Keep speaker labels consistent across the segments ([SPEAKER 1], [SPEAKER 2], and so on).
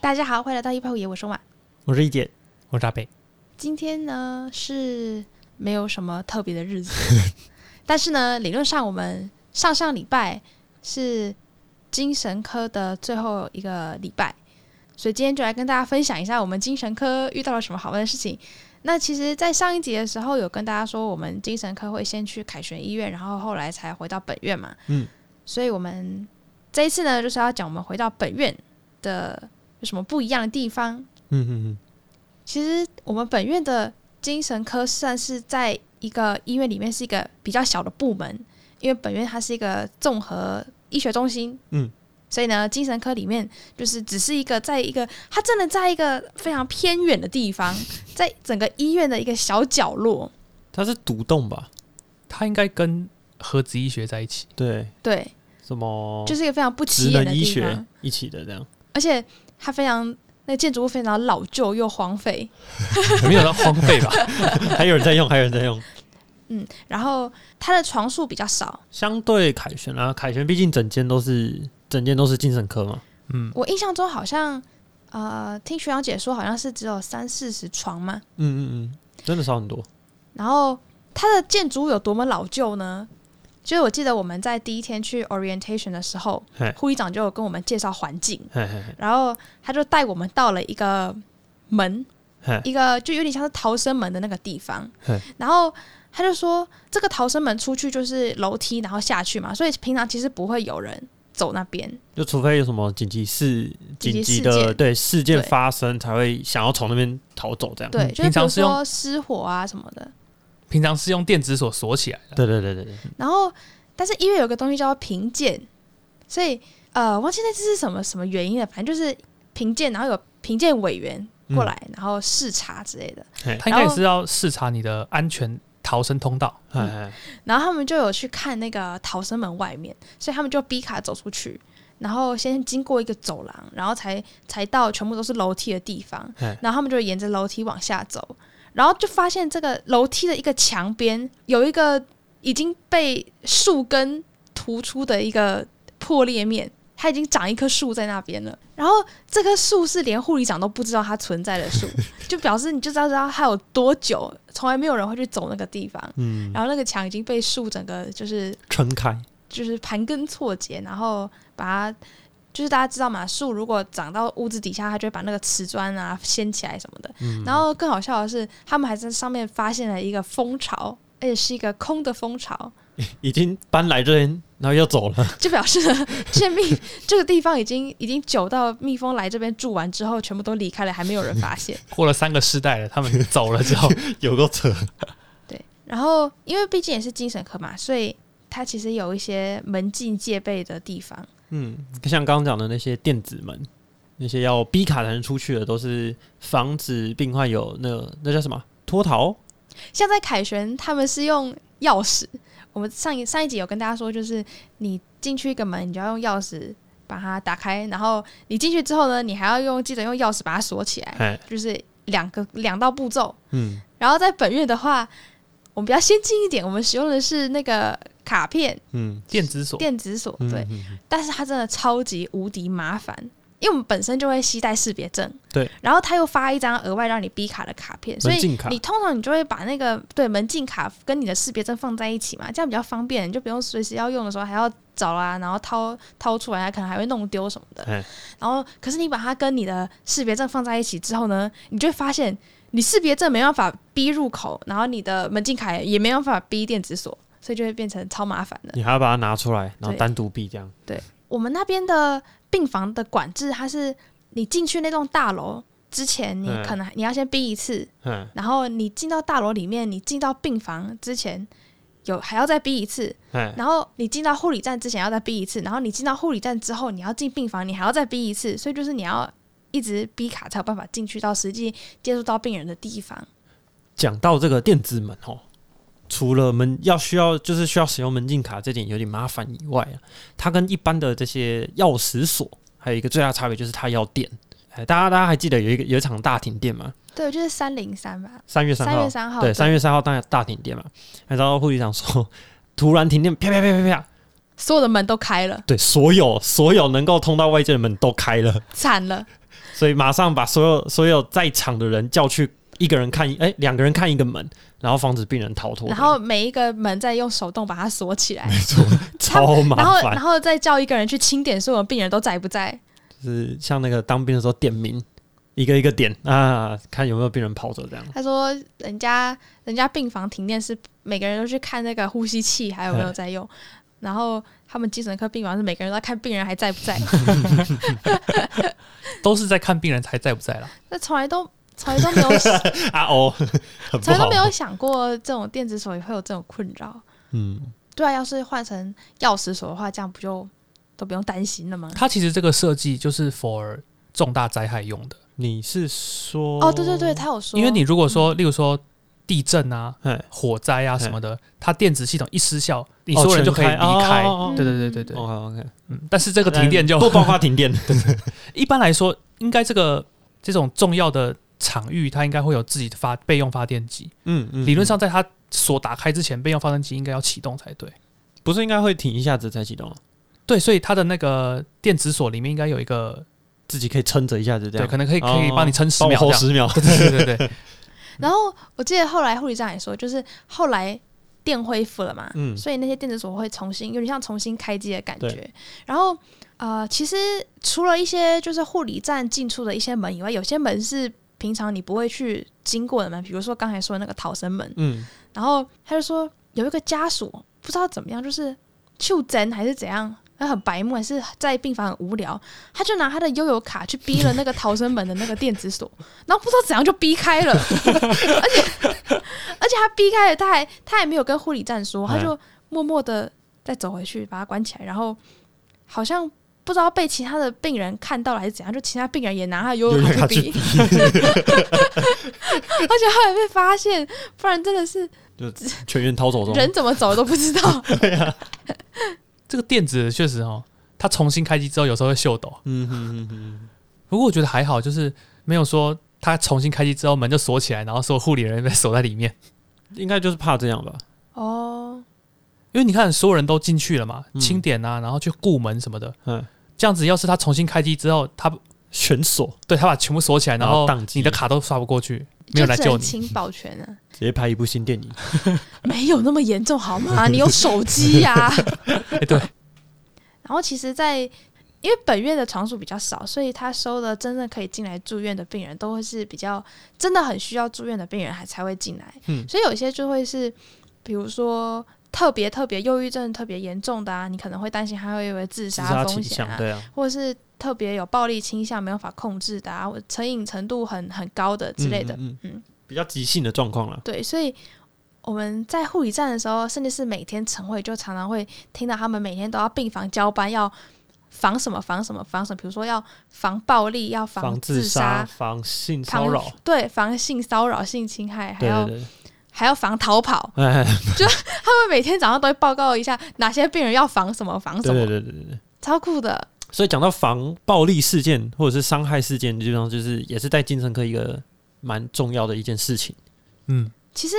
[SPEAKER 1] 大家好，欢迎来到一派五爷，我是婉。
[SPEAKER 2] 我是一姐，我是阿北。
[SPEAKER 1] 今天呢是没有什么特别的日子，但是呢，理论上我们上上礼拜是精神科的最后一个礼拜，所以今天就来跟大家分享一下我们精神科遇到了什么好玩的事情。那其实，在上一集的时候有跟大家说，我们精神科会先去凯旋医院，然后后来才回到本院嘛。
[SPEAKER 2] 嗯，
[SPEAKER 1] 所以我们这一次呢，就是要讲我们回到本院的有什么不一样的地方。
[SPEAKER 2] 嗯嗯
[SPEAKER 1] 其实我们本院的精神科算是在一个医院里面是一个比较小的部门，因为本院它是一个综合医学中心，
[SPEAKER 2] 嗯，
[SPEAKER 1] 所以呢，精神科里面就是只是一个在一个，它真的在一个非常偏远的地 方，在整个医院的一个小角落，
[SPEAKER 2] 嗯，它是独栋吧？
[SPEAKER 3] 他应该跟核子医学在一起，
[SPEAKER 2] 对，
[SPEAKER 1] 对，
[SPEAKER 2] 什么
[SPEAKER 1] 就是一个非常不
[SPEAKER 2] 哦职
[SPEAKER 1] 起眼的
[SPEAKER 2] 能医
[SPEAKER 1] 地
[SPEAKER 2] 学
[SPEAKER 1] 方，
[SPEAKER 2] 一起的这样，
[SPEAKER 1] 而且它非常。那建筑物非常老旧又荒废，
[SPEAKER 3] 没有到荒废吧？
[SPEAKER 2] 还有人在用，还有人在用。
[SPEAKER 1] 嗯，然后它的床数比较少，
[SPEAKER 2] 相对凯旋啊，凯旋毕竟整间都是整间都是精神科嘛，
[SPEAKER 3] 嗯，
[SPEAKER 1] 我印象中好像，呃，听学长姐说好像是只有三四十床嘛。
[SPEAKER 2] 嗯嗯嗯，真的少很多。
[SPEAKER 1] 然后它的建筑物有多么老旧呢？就是我记得我们在第一天去 orientation 的时候
[SPEAKER 2] 嘿，
[SPEAKER 1] 护理长就有跟我们介绍环境，
[SPEAKER 2] 嘿嘿嘿
[SPEAKER 1] 然后他就带我们到了一个门，
[SPEAKER 2] 嘿，
[SPEAKER 1] 一个就有点像是逃生门的那个地方
[SPEAKER 2] 嘿，
[SPEAKER 1] 然后。他就说，这个逃生门出去就是楼梯，然后下去嘛，所以平常其实不会有人走那边。
[SPEAKER 2] 就除非有什么紧急事、
[SPEAKER 1] 紧急
[SPEAKER 2] 紧急
[SPEAKER 1] 事
[SPEAKER 2] 的
[SPEAKER 1] 件
[SPEAKER 2] 对事件
[SPEAKER 1] 对
[SPEAKER 2] 发生，才会想要从那边逃走这样。
[SPEAKER 1] 对，
[SPEAKER 3] 嗯
[SPEAKER 1] 就是比
[SPEAKER 3] 平
[SPEAKER 1] 如
[SPEAKER 3] 常是用
[SPEAKER 1] 说失火啊什么的。
[SPEAKER 3] 平常是用电子锁锁起来的，
[SPEAKER 2] 对对对对对，
[SPEAKER 1] 然后，但是医院有个东西叫做评鉴，所以呃，忘记那次是什么什么原因了，反正就是评鉴，然后有评鉴委员过来，然后视察之类的。
[SPEAKER 2] 嘿
[SPEAKER 3] 他应该也是要视察你的安全逃生通道。
[SPEAKER 2] 嘿嘿，
[SPEAKER 1] 然后他们就有去看那个逃生门外面，所以他们就逼卡走出去，然后先经过一个走廊，然后才才到全部都是楼梯的地方
[SPEAKER 2] 嗯，
[SPEAKER 1] 然后他们就沿着楼梯往下走，然后就发现这个楼梯的一个墙边有一个已经被树根突出的一个破裂面。它已经长一棵树在那边了，然后这棵树是连护理长都不知道它存在的树， 就表示你就知道知道它有多久，从来没有人会去走那个地方。
[SPEAKER 2] 嗯，
[SPEAKER 1] 然后那个墙已经被树整个就是
[SPEAKER 2] 撑开，
[SPEAKER 1] 就是盘根错节，然后把它就是大家知道嘛，树如果长到屋子底下，它就会把那个瓷砖啊掀起来什么的。
[SPEAKER 2] 嗯
[SPEAKER 1] 然后更好笑的是，他们还在上面发现了一个蜂巢，而且是一个空的蜂巢，
[SPEAKER 2] 已经搬来这边，然后又走了。
[SPEAKER 1] 就表示呢这蜜 这个地方已经已经久到蜜蜂来这边住完之后，全部都离开了，还没有人发现。
[SPEAKER 3] 过了三个世代了，他们走了之后，
[SPEAKER 2] 有够扯，
[SPEAKER 1] 对，然后因为毕竟也是精神科嘛，所以它其实有一些门禁戒备的地方。
[SPEAKER 2] 嗯，像刚刚讲的那些电子门，那些要 B 卡才能出去的，都是防止病患有那个那叫什么脱逃。
[SPEAKER 1] 像在凯旋，他们是用钥匙。我们上一上一集有跟大家说，就是你进去一个门，你就要用钥匙把它打开，然后你进去之后呢，你还要用记得用钥匙把它锁起来，
[SPEAKER 2] 哎，
[SPEAKER 1] 就是两个两道步骤。
[SPEAKER 2] 嗯，
[SPEAKER 1] 然后在本月的话，我们比较先进一点，我们使用的是那个卡片
[SPEAKER 2] 嗯，
[SPEAKER 3] 电子锁
[SPEAKER 1] 电子锁，
[SPEAKER 2] 嗯
[SPEAKER 1] 对，，
[SPEAKER 2] 嗯
[SPEAKER 1] 但是它真的超级无敌麻烦，因为我们本身就会携带识别证，
[SPEAKER 2] 对，
[SPEAKER 1] 然后他又发一张额外让你 B 卡的卡片，所
[SPEAKER 2] 门
[SPEAKER 1] 以
[SPEAKER 2] 禁卡
[SPEAKER 1] 你通常你就会把那个对门禁卡跟你的识别证放在一起嘛，这样比较方便，你就不用随时要用的时候还要找啦、然后掏掏出来，可能还会弄丢什么的
[SPEAKER 2] 哎。
[SPEAKER 1] 然后可是你把它跟你的识别证放在一起之后呢，你就会发现你识别证没办法逼入口，然后你的门禁卡也没办法逼电子锁，所以就会变成超麻烦的。
[SPEAKER 2] 你还要把它拿出来，然后
[SPEAKER 1] 对
[SPEAKER 2] 单独 B 这样。
[SPEAKER 1] 我们那边的病房的管制，它是你进去那栋大楼之前，你
[SPEAKER 2] 嗯
[SPEAKER 1] 可能你要先逼一次，
[SPEAKER 2] 嗯，
[SPEAKER 1] 然后你进到大楼里面，你进到病房之前有还要再逼一次，
[SPEAKER 2] 哎，
[SPEAKER 1] 然后你进到护理站之前要再逼一次，然后你进到护理站之后，你要进病房，你还要再逼一次，所以就是你要一直逼卡才有办法进去到实际接触到病人的地方。
[SPEAKER 2] 讲到这个电子门哦，除了门要需要就是需要使用门禁卡这点有点麻烦以外啊，它跟一般的这些钥匙锁还有一个最大差别就是它要电。哎，大家大家还记得有一个有一场大停电吗？
[SPEAKER 1] 对，就是三零三吧，
[SPEAKER 2] 三月三
[SPEAKER 1] 三
[SPEAKER 2] 号
[SPEAKER 1] 月，三号，
[SPEAKER 2] 对，三月三号大大停电嘛，然后护理长说，突然停电，啪啪啪啪啪，
[SPEAKER 1] 所有的门都开了，
[SPEAKER 2] 对，所有所有能够通到外界的门都开了，
[SPEAKER 1] 惨了。
[SPEAKER 2] 所以马上把所有所有在场的人叫去，一个人看一，哎、两个人看一个门，然后防止病人逃脱。
[SPEAKER 1] 然后每一个门再用手动把它锁起来，
[SPEAKER 2] 超
[SPEAKER 1] 然
[SPEAKER 2] 麻
[SPEAKER 1] 后然
[SPEAKER 2] 烦，
[SPEAKER 1] 后再叫一个人去清点所有病人都在不在。
[SPEAKER 2] 就是像那个当兵的时候点名，一个一个点啊，看有没有病人跑走这样。
[SPEAKER 1] 他说人家人家病房停电是每个人都去看那个呼吸器还有没有在用， 然后他们精神科病房是每个人都在看病人还在不在，
[SPEAKER 3] 都是在看病人还在不在啦。
[SPEAKER 1] 那从来都从来都没有
[SPEAKER 2] 啊哦，很 不
[SPEAKER 1] 从来
[SPEAKER 2] 好
[SPEAKER 1] 都没。有想过这种电子锁也会有这种困扰。
[SPEAKER 2] 嗯，
[SPEAKER 1] 对啊，要是换成钥匙锁的话，这样不就都不用担心了吗？
[SPEAKER 3] 它其实这个设计就是 for 重大灾害用的，
[SPEAKER 2] 你是说？
[SPEAKER 1] 哦，对对对，，他有说，
[SPEAKER 3] 因为你如果说，例如说地震啊、
[SPEAKER 2] 哎，哦
[SPEAKER 3] 火灾啊
[SPEAKER 2] 嗯
[SPEAKER 3] 什么的，它电子系统一失效，你
[SPEAKER 2] 你
[SPEAKER 3] 所有人就可以离开。
[SPEAKER 1] 哦
[SPEAKER 3] 对对对对对，
[SPEAKER 2] OK OK，
[SPEAKER 3] 嗯，但是这个
[SPEAKER 2] 哎
[SPEAKER 3] 停电就
[SPEAKER 2] 不包括停电。
[SPEAKER 3] 一般来说，应该这个这种重要的场域，它应该会有自己的发备用发电机。
[SPEAKER 2] 嗯嗯，
[SPEAKER 3] 理论上，在它锁打开之前，备用发电机应该要启动才对。
[SPEAKER 2] 不是应该会停一下子再启动，
[SPEAKER 3] 对，所以它的那个电子锁里面应该有一个，
[SPEAKER 2] 自己可以撑着一下子这
[SPEAKER 3] 对，
[SPEAKER 2] 样。哦
[SPEAKER 3] 可能可以可以帮你撑十
[SPEAKER 2] 帮我
[SPEAKER 3] 秒这
[SPEAKER 2] 吼
[SPEAKER 3] 样。
[SPEAKER 2] 十秒。
[SPEAKER 3] 对对对对，
[SPEAKER 1] 然后我记得后来护理长也说，就是后来电恢复了嘛，
[SPEAKER 2] 嗯
[SPEAKER 1] 所以那些电子锁会重新有点像重新开机的感觉
[SPEAKER 2] 对。
[SPEAKER 1] 然后呃，其实除了一些就是护理站进出的一些门以外，有些门是平常你不会去经过的门，比如说刚才说的那个逃生门。
[SPEAKER 2] 嗯，
[SPEAKER 1] 然后他就说有一个家属不知道怎么样，就是袖珍还是怎样。他很白目，还是在病房很无聊，他就拿他的悠游卡去逼了那个逃生门的那个电子锁， 然后不知道怎样就逼开了，而 且而且他逼开了，他还他还没有跟护理站说，他就默默的再走回去把它关起来，然后好像不知道被其他的病人看到了还是怎样，就其他病人也拿他的悠游卡 去逼，而且后来被发现，不然真的是
[SPEAKER 2] 全员逃走中。
[SPEAKER 1] 人怎么走的都不知 道。
[SPEAKER 3] 这个电子确实哦，它重新开机之后有时候会秀抖，
[SPEAKER 2] 嗯嗯嗯嗯，
[SPEAKER 3] 不过我觉得还好，就是没有说它重新开机之后门就锁起来，然后所有护理人员被锁在里面。
[SPEAKER 2] 应该就是怕这样吧。
[SPEAKER 1] 哦，
[SPEAKER 3] 因为你看，所有人都进去了嘛，
[SPEAKER 2] 嗯
[SPEAKER 3] 清点啊，然后去顾门什么的，
[SPEAKER 2] 嗯，
[SPEAKER 3] 这样子，要是他重新开机之后，他
[SPEAKER 2] 全锁，
[SPEAKER 3] 对他把全部锁起来，
[SPEAKER 2] 然
[SPEAKER 3] 然
[SPEAKER 2] 后
[SPEAKER 3] 后
[SPEAKER 2] 宕机
[SPEAKER 3] 你的卡都刷不过去，
[SPEAKER 1] 就
[SPEAKER 3] 没有来
[SPEAKER 1] 只
[SPEAKER 3] 救
[SPEAKER 1] 能
[SPEAKER 3] 你。
[SPEAKER 1] 请保全啊，
[SPEAKER 2] 直接拍一部新电影。
[SPEAKER 1] 没有那么严重好吗？你有手机 呀、
[SPEAKER 3] 哎、对，
[SPEAKER 1] 然后其实在，因为本院的床数比较少，所以他收的真正可以进来住院的病人，都会是比较真的很需要住院的病人还才会进来。
[SPEAKER 2] 嗯
[SPEAKER 1] 所以有一些就会是，比如说特别特别忧郁症特别严重的啊，你可能会担心他会有自
[SPEAKER 2] 自
[SPEAKER 1] 杀
[SPEAKER 2] 杀
[SPEAKER 1] 风
[SPEAKER 2] 倾
[SPEAKER 1] 险
[SPEAKER 2] 向，
[SPEAKER 1] 啊，
[SPEAKER 2] 对啊，
[SPEAKER 1] 或是特别有暴力倾向没有办法控制的啊，或者成瘾程度很很高的之类的。
[SPEAKER 2] 嗯，嗯
[SPEAKER 1] 嗯
[SPEAKER 2] 比较急性的状况了。
[SPEAKER 1] 对，所以我们在护理站的时候，甚至是每天晨会，就常常会听到他们每天都要病房交班，要防什么防什么防什么，比如说要防暴力，要
[SPEAKER 2] 防
[SPEAKER 1] 自
[SPEAKER 2] 自杀、防性
[SPEAKER 1] 防
[SPEAKER 2] 骚扰，
[SPEAKER 1] 对，防性骚扰、性侵害，还
[SPEAKER 2] 对
[SPEAKER 1] 要
[SPEAKER 2] 对对，
[SPEAKER 1] 还要防逃跑。
[SPEAKER 2] 哎，
[SPEAKER 1] 他们每天早上都会报告一下哪些病人要防什么防什
[SPEAKER 2] 对
[SPEAKER 1] 么，
[SPEAKER 2] 对对对对对。
[SPEAKER 1] 超酷的。
[SPEAKER 2] 所以讲到防暴力事件或者是伤害事件，基本上就是也是在精神科一个蛮重要的一件事情。
[SPEAKER 3] 嗯，
[SPEAKER 1] 其实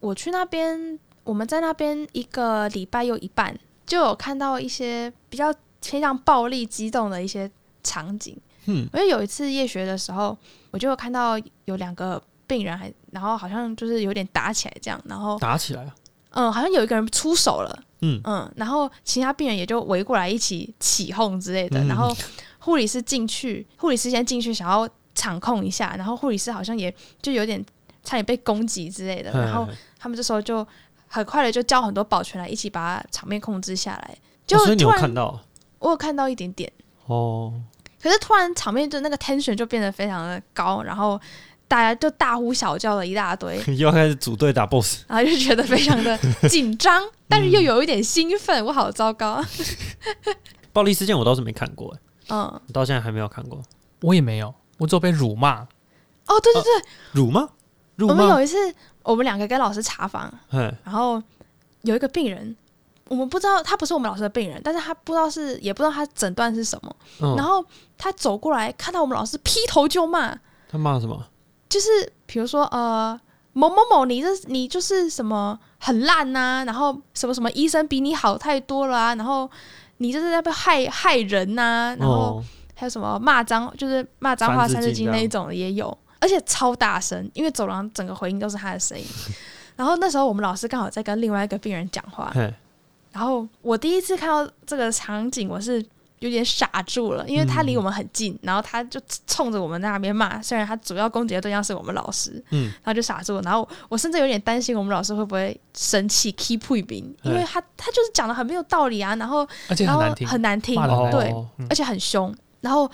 [SPEAKER 1] 我去那边，我们在那边一个礼拜又一半，就有看到一些比较偏向暴力、激动的一些场景。
[SPEAKER 2] 嗯，
[SPEAKER 1] 因为有一次夜学的时候，我就有看到有两个病人还，然后好像就是有点打起来这样，然后
[SPEAKER 2] 打起来啊，
[SPEAKER 1] 嗯，好像有一个人出手了，
[SPEAKER 2] 嗯
[SPEAKER 1] 嗯，然后其他病人也就围过来一起起哄之类的，
[SPEAKER 2] 嗯
[SPEAKER 1] 然后护理师进去，护理师先进去想要场控一下，然后护理师好像也就有点差点被攻击之类的，哦然后
[SPEAKER 2] 哎哎
[SPEAKER 1] 他们这时候就很快的就叫很多保全来一起把场面控制下来，就
[SPEAKER 2] 哦所以你
[SPEAKER 1] 突
[SPEAKER 2] 有
[SPEAKER 1] 然、
[SPEAKER 2] 看到
[SPEAKER 1] 我有看到一点点。
[SPEAKER 2] 哦，
[SPEAKER 1] 可是突然场面的那个 tension 就变得非常的高，然后大家就大呼小叫了一大 堆，
[SPEAKER 2] 又开始组队打 BOSS，
[SPEAKER 1] 然后就觉得非常的紧张，但是又有一点兴奋，我好糟糕。
[SPEAKER 2] 暴力事件我倒是没看过，哎
[SPEAKER 1] 嗯，
[SPEAKER 2] 我到现在还没有看过，
[SPEAKER 3] 我也没有，我只有被辱骂。
[SPEAKER 1] 哦，对对对，
[SPEAKER 2] 辱吗？辱
[SPEAKER 1] 我们
[SPEAKER 2] 吗？
[SPEAKER 1] 有一次我们两个跟老师查房，
[SPEAKER 2] 哎，
[SPEAKER 1] 然后有一个病人。我们不知道他不是我们老师的病人，但是他不知道是也不知道他诊断是什么。
[SPEAKER 2] 嗯
[SPEAKER 1] 然后他走过来看到我们老师劈头就骂，
[SPEAKER 2] 他骂什么？
[SPEAKER 1] 就是比如说呃某某某，你这你就是什么很烂呐、然后什么什么啊医生比你好太多了啊，然后你这是在被害害人呐、然后
[SPEAKER 2] 哦
[SPEAKER 1] 还有什么骂脏，就是骂脏话三
[SPEAKER 2] 三字
[SPEAKER 1] 字
[SPEAKER 2] 经
[SPEAKER 1] 经那一种的也有，而且超大声，因为走廊整个回音都是他的声音。然后那时候我们老师刚好在跟另外一个病人讲话，
[SPEAKER 2] 嘿，
[SPEAKER 1] 然后我第一次看到这个场景，我是有点傻住了，因为他
[SPEAKER 3] 嗯
[SPEAKER 1] 离我们很近，然后他就冲着我们那边骂，虽然他主要攻击的对象是我们老师，
[SPEAKER 2] 嗯，
[SPEAKER 1] 然后就傻住了，然后我甚至有点担心我们老师会不会生气 keep 不赢，因为他他就是讲的很没有道理啊，然后
[SPEAKER 3] 而且
[SPEAKER 1] 然
[SPEAKER 3] 很
[SPEAKER 1] 后
[SPEAKER 3] 难听，
[SPEAKER 1] 哦很难听
[SPEAKER 3] 骂，得很难
[SPEAKER 1] 对
[SPEAKER 2] 哦
[SPEAKER 3] 嗯
[SPEAKER 1] 而且很凶，然后。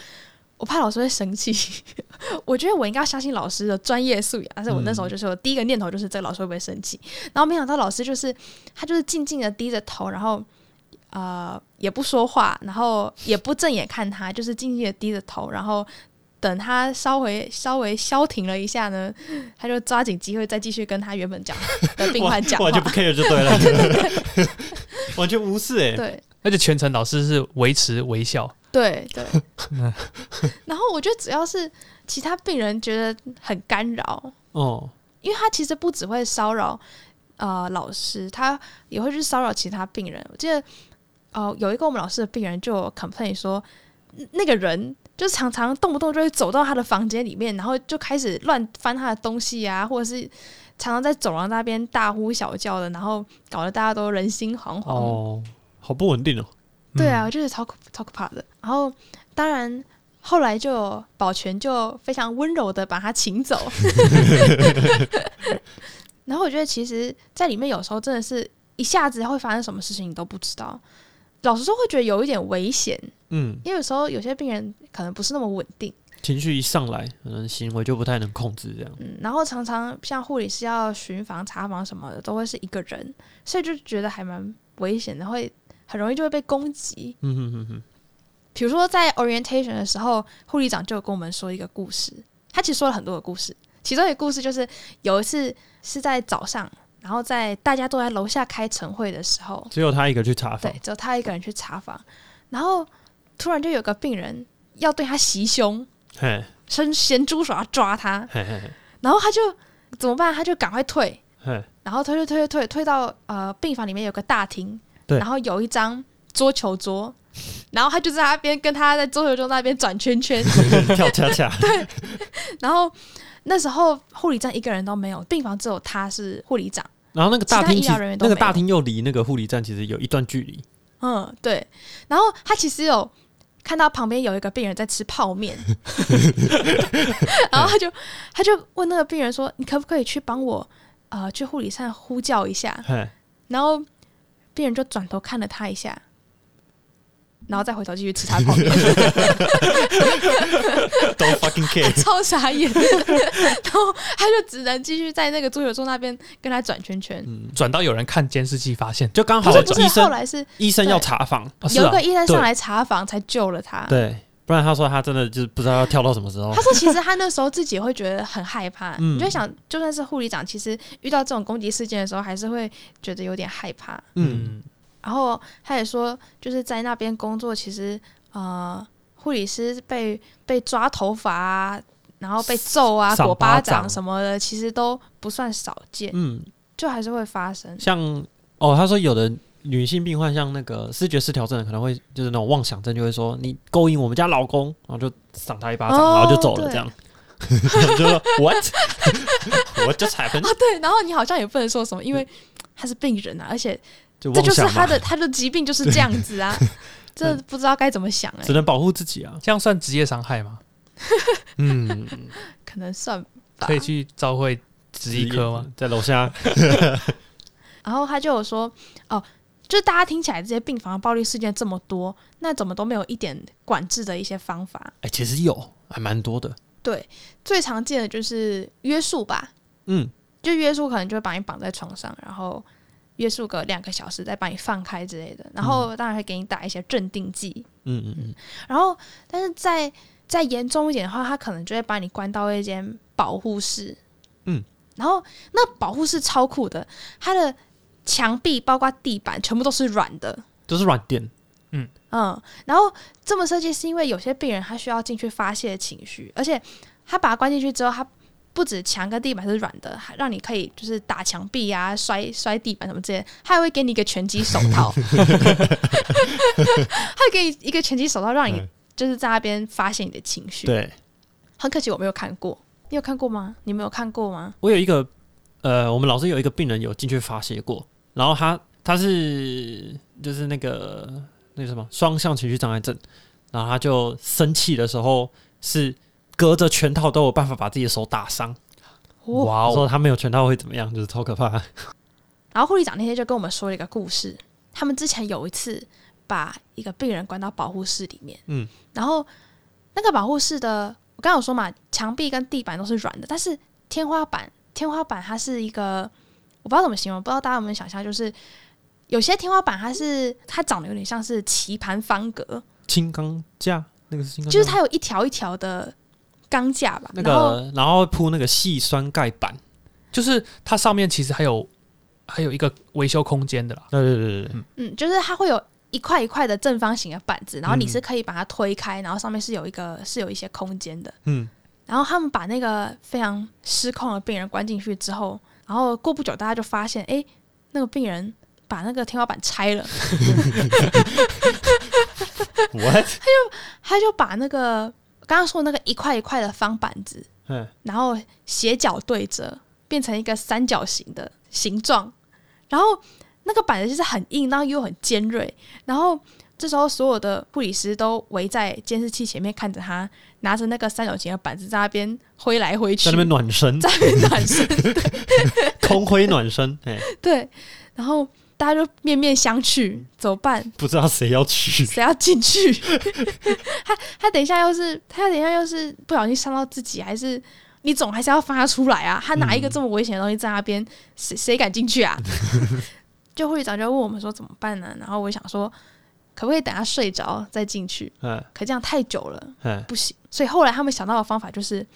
[SPEAKER 1] 我怕老师会生气， 我觉得我应该要相信老师的专业素养。但是我
[SPEAKER 2] 嗯
[SPEAKER 1] 那时候就是我第一个念头就是这个老师会不会生气，然后没想到老师就是他就是静静的低着头，然后呃也不说话，然后也不正眼看他，就是静静的低着头，然后等他稍微稍微消停了一下呢，他就抓紧机会再继续跟他原本讲的病患讲话
[SPEAKER 2] 完，全不 care 就 对了， 完全无视哎、
[SPEAKER 1] 对。
[SPEAKER 3] 而且全程老师是维持微笑，
[SPEAKER 1] 对对， 然后我觉得只要是其他病人觉得很干扰，
[SPEAKER 2] 哦，
[SPEAKER 1] 因为他其实不只会骚扰呃老师，他也会去骚扰其他病人。我记得哦、呃有一个我们老师的病人就有 complain 说，嗯那个人就是常常动不动就会走到他的房间里面，然后就开始乱翻他的东西啊，或者是常常在走廊那边大呼小叫的，然后搞得大家都人心惶惶。
[SPEAKER 2] 哦，好不稳定哦。
[SPEAKER 1] 对啊，我就是超可超可怕的。然后当然后来就有保全就非常温柔的把他请走。然后我觉得其实，在里面有时候真的是一下子会发生什么事情你都不知道。老实说，会觉得有一点危险，
[SPEAKER 2] 嗯，
[SPEAKER 1] 因为有时候有些病人可能不是那么稳定，
[SPEAKER 2] 情绪一上来，可能行为就不太能控制，这样
[SPEAKER 1] 嗯，然后常常像护理师要巡房、查房什么的，都会是一个人，所以就觉得还蛮危险的，会很容易就会被攻击。
[SPEAKER 2] 嗯哼哼哼，
[SPEAKER 1] 比如说在 orientation 的时候，护理长就有跟我们说一个故事，他其实说了很多个故事，其中一个故事就是有一次是在早上，然后在大家都在楼下开晨会的时候，
[SPEAKER 2] 只有他一个去查房
[SPEAKER 1] 对，，只有他一个人去查房，然后突然就有个病人要对他袭胸，
[SPEAKER 2] 嘿，
[SPEAKER 1] 伸咸猪手要抓他，
[SPEAKER 2] 嘿嘿嘿
[SPEAKER 1] 然后他就怎么办？他就赶快退，
[SPEAKER 2] 嘿，
[SPEAKER 1] 然后推推推推推推到呃病房里面有个大厅，
[SPEAKER 2] 对
[SPEAKER 1] 然后有一张桌球桌，然后他就在那边跟他在桌球桌那边转圈圈，
[SPEAKER 2] 跳恰恰，
[SPEAKER 1] 然后那时候护理站一个人都没有，病房只有他是护理长，
[SPEAKER 2] 然后那个大
[SPEAKER 1] 其他
[SPEAKER 2] 厅
[SPEAKER 1] 医
[SPEAKER 2] 其
[SPEAKER 1] 疗
[SPEAKER 2] 实
[SPEAKER 1] 人员都
[SPEAKER 2] 那
[SPEAKER 1] 没有
[SPEAKER 2] 个大厅又离那个护理站其实有一段距离，
[SPEAKER 1] 嗯，对，然后他其实有看到旁边有一个病人在吃泡面，然后他就他就问那个病人说：“你可不可以去帮我呃去护理站呼叫一下？”
[SPEAKER 2] 嘿，
[SPEAKER 1] 然后病人就转头看了他一下，然后再回头继续吃他的泡 面，
[SPEAKER 2] 都 fucking care，
[SPEAKER 1] 超傻眼。然后他就只能继续在那个桌球桌那边跟他转圈圈。
[SPEAKER 3] 转到有人看监视器发现，
[SPEAKER 2] 就嗯刚好
[SPEAKER 1] 不是不是，
[SPEAKER 2] 医
[SPEAKER 1] 后
[SPEAKER 2] 生
[SPEAKER 1] 来是
[SPEAKER 2] 医生要查房，
[SPEAKER 3] 哦是
[SPEAKER 1] 有一
[SPEAKER 3] 啊
[SPEAKER 1] 个，医生
[SPEAKER 2] 对
[SPEAKER 1] 上来查房才救了他。
[SPEAKER 2] 对，不然他说他真的就是不知道要跳到什么时候
[SPEAKER 1] 他，说：“其实他那时候自己会觉得很害怕，
[SPEAKER 2] 嗯
[SPEAKER 1] 你就会想，就算是护理长，其实遇到这种攻击事件的时候，还是会觉得有点害怕。
[SPEAKER 2] 嗯，
[SPEAKER 3] 嗯，
[SPEAKER 1] 然后他也说，就是在那边工作，其实呃，护理师被被抓头发啊，然后被揍啊、
[SPEAKER 2] 赏
[SPEAKER 1] 裹
[SPEAKER 2] 巴
[SPEAKER 1] 巴
[SPEAKER 2] 掌
[SPEAKER 1] 掌什么的，其实都不算少见，
[SPEAKER 2] 嗯，
[SPEAKER 1] 就还是会发生。
[SPEAKER 2] 像哦，他说有的女性病患，像那个视觉失调症的，可能会就是那种妄想症，就会说你勾引我们家老公，然后就赏他一巴掌，
[SPEAKER 1] 哦
[SPEAKER 2] 然后就走了，
[SPEAKER 1] 对
[SPEAKER 2] 这样。 就说 what what just happened？
[SPEAKER 1] 啊，对，然后你好像也不能说什么，因为他是病人啊，而且
[SPEAKER 2] 就
[SPEAKER 1] 这
[SPEAKER 2] 妄
[SPEAKER 1] 就是
[SPEAKER 2] 想
[SPEAKER 1] 他
[SPEAKER 2] 嘛，
[SPEAKER 1] 的他的疾病就是这样子 啊，这不知道该怎么想哎、
[SPEAKER 2] 只能保护自己啊。
[SPEAKER 3] 这样算职业伤害吗？
[SPEAKER 2] 嗯，
[SPEAKER 1] 可能算吧
[SPEAKER 3] 可。以去召会职医科吗？？
[SPEAKER 2] 在楼下，
[SPEAKER 1] 然后他就有说，哦，就是大家听起来这些病房的暴力事件这么多，那怎么都没有一点管制的一些方法？
[SPEAKER 2] 哎、其实有，还蛮多的。
[SPEAKER 1] 对，最常见的就是约束吧，
[SPEAKER 2] 嗯，
[SPEAKER 1] 就约束可能就会把你绑在床上，然后约束个两个小时，再把你放开之类的。然后当然会给你打一些镇定剂，
[SPEAKER 2] 嗯嗯嗯，
[SPEAKER 1] 然后但是再再严重一点的话，他可能就会把你关到一间保护室。
[SPEAKER 2] 嗯，
[SPEAKER 1] 然后那保护室超酷的，它的墙壁包括地板全部都是软的。
[SPEAKER 2] 就是软垫，
[SPEAKER 1] 嗯，然后这么设计是因为有些病人他需要进去发泄情绪，而且他把他关进去之后，他不止墙跟地板是软的，还让你可以就是打墙壁啊、摔摔地板什么之类的，他还会给你一个拳击手套，他会给你一个拳击手套，让你
[SPEAKER 2] 嗯
[SPEAKER 1] 就是在那边发泄你的情绪。
[SPEAKER 2] 对
[SPEAKER 1] 很可惜我没有看过，你有看过吗？你们有看过吗？
[SPEAKER 2] 我有一个，呃，我们老师有一个病人有进去发泄过，然后他他是就是那个那个什么双向情绪障碍症，然后他就生气的时候是隔着全套都有办法把自己的手打伤，
[SPEAKER 1] 哦
[SPEAKER 3] 哇
[SPEAKER 2] 说他没有全套会怎么样，就是超可怕。
[SPEAKER 1] 然后护理长那天就跟我们说了一个故事，他们之前有一次把一个病人关到保护室里面，
[SPEAKER 2] 嗯，
[SPEAKER 1] 然后那个保护室的，我刚刚有说嘛，墙壁跟地板都是软的，但是天花板，天花板它是一个，我不知道怎么形容，不知道大家有没有想象，就是有些天花板它是它长得有点像是棋盘方格，
[SPEAKER 2] 金刚架那个是金刚架
[SPEAKER 1] 就
[SPEAKER 2] 吗，
[SPEAKER 1] 是它有一条一条的钢架吧，
[SPEAKER 2] 那
[SPEAKER 1] 然后
[SPEAKER 2] 个，然后铺那个细酸盖板。
[SPEAKER 3] 就是它上面其实还有还有一个维修空间的啦。
[SPEAKER 2] 对对对对对，
[SPEAKER 1] 嗯，就是它会有一块一块的正方形的板子，然后你
[SPEAKER 2] 嗯
[SPEAKER 1] 是可以把它推开，然后上面是有一个是有一些空间的。
[SPEAKER 2] 嗯，
[SPEAKER 1] 然后他们把那个非常失控的病人关进去之后，然后过不久大家就发现，哎，那个病人把那个天花板拆了，
[SPEAKER 2] 我
[SPEAKER 1] 他就把那个刚刚说的那个一块一块的方板子，
[SPEAKER 2] 嗯，
[SPEAKER 1] 然后斜角对折，变成一个三角形的形状。然后那个板子就是很硬，然后又很尖锐。然后这时候所有的护理师都围在监视器前面看着他，拿着那个三角形的板子在那边挥来挥去，
[SPEAKER 2] 在那边暖身，
[SPEAKER 1] 在那边暖身。
[SPEAKER 2] 空挥暖身，哎，
[SPEAKER 1] 对，然后大家就面面相觑，怎么办？
[SPEAKER 2] 不知道谁要去，
[SPEAKER 1] 谁要进去？ 他他等一下要是他等一下要是不小心伤到自己，还是你总还是要放他出来啊！他拿一个这么危险的东西在那边，谁谁敢进去啊？ 就护理长就问我们说怎么办呢、然后我想说，可不可以等他睡着再进去？
[SPEAKER 2] 嗯
[SPEAKER 1] 可这样太久了，
[SPEAKER 2] 嗯，
[SPEAKER 1] 不行。所以后来他们想到的方法就是，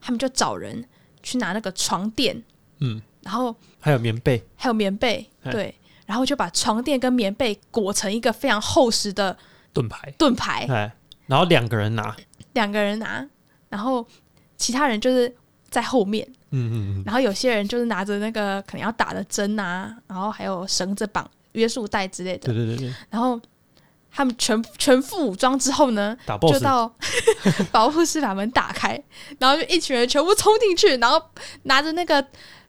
[SPEAKER 1] 他们就找人去拿那个床垫，
[SPEAKER 2] 嗯，
[SPEAKER 1] 然后
[SPEAKER 2] 还有棉被，
[SPEAKER 1] 还有棉被，
[SPEAKER 2] 嗯
[SPEAKER 1] 对，然后就把床垫跟棉被裹成一个非常厚实的
[SPEAKER 3] 盾牌
[SPEAKER 1] 盾牌，
[SPEAKER 2] 哎，然后两个人拿，
[SPEAKER 1] 两个人拿，然后其他人就是在后面，
[SPEAKER 2] 嗯嗯嗯，
[SPEAKER 1] 然后有些人就是拿着那个可能要打的针啊，然后还有绳子绑约束带之类的，
[SPEAKER 2] 对对对对，
[SPEAKER 1] 然后他们全全副武装之后呢，
[SPEAKER 2] 打
[SPEAKER 1] 就
[SPEAKER 2] boss，
[SPEAKER 1] 到 保护室把门打开，然后就一群人全部冲进去，然后拿着那个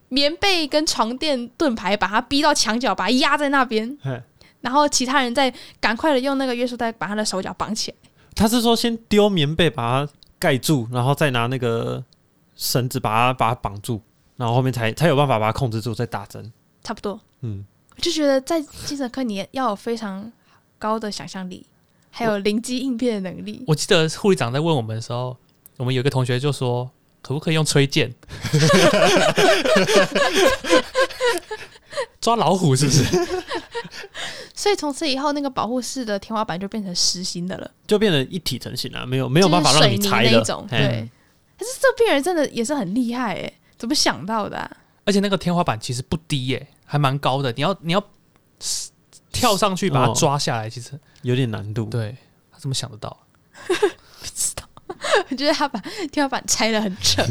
[SPEAKER 1] 棉被跟床垫盾牌把他逼到墙角，把他压在那边
[SPEAKER 2] 嘿，
[SPEAKER 1] 然后其他人再赶快的用那个约束带把他的手脚绑起来。
[SPEAKER 2] 他是说先丢棉被把它盖住，然后再拿那个绳子把它把它绑住，然后后面才才有办法把它控制住，再打针，
[SPEAKER 1] 差不多。
[SPEAKER 2] 嗯，
[SPEAKER 1] 我就觉得在精神科你要有非常高的想象力，还有灵机应变的能力。
[SPEAKER 3] 我记得护理长在问我们的时候，我们有一个同学就说，可不可以用吹剑？ 抓老虎是不是？
[SPEAKER 1] 所以从此以后，那个保护室的天花板就变成实心的了，
[SPEAKER 2] 就变成一体成型了，没有没
[SPEAKER 1] 没
[SPEAKER 2] 有办法让
[SPEAKER 1] 水
[SPEAKER 2] 你
[SPEAKER 1] 泥
[SPEAKER 2] 拆
[SPEAKER 1] 那一
[SPEAKER 2] 的
[SPEAKER 1] 种。，
[SPEAKER 2] 嘿
[SPEAKER 1] 对，但是这病人真的也是很厉害诶、怎么想到的啊、
[SPEAKER 3] 而且那个天花板其实不低耶、还蛮高的。你要你要跳上去把它
[SPEAKER 2] 哦
[SPEAKER 3] 抓下来，其实
[SPEAKER 2] 有点难度，
[SPEAKER 3] 对他怎么想得到？
[SPEAKER 1] 我觉得他把天花板拆的很 扯，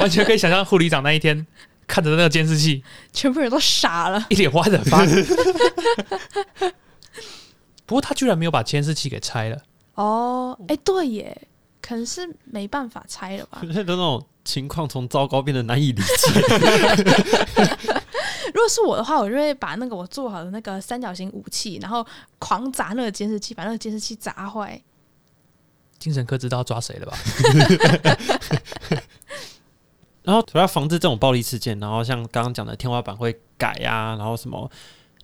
[SPEAKER 3] 完全可以想象护理长那一天看着那个监视器，
[SPEAKER 1] 全部人都傻了。
[SPEAKER 3] 一脸花的发。不过他居然没有把监视器给拆了，
[SPEAKER 1] 哦，哎、对耶，可能是没办法拆了吧
[SPEAKER 2] 现？ 在都那种情况从糟糕变得难以理解，
[SPEAKER 1] 如果是我的话，我就会把那个我做好的那个三角形武器，然后狂砸那个监视器，把那个监视器砸坏。
[SPEAKER 3] 精神科知道抓谁了吧？
[SPEAKER 2] 然后主要防治这种暴力事件，然后像刚刚讲的天花板会改啊，然后什么，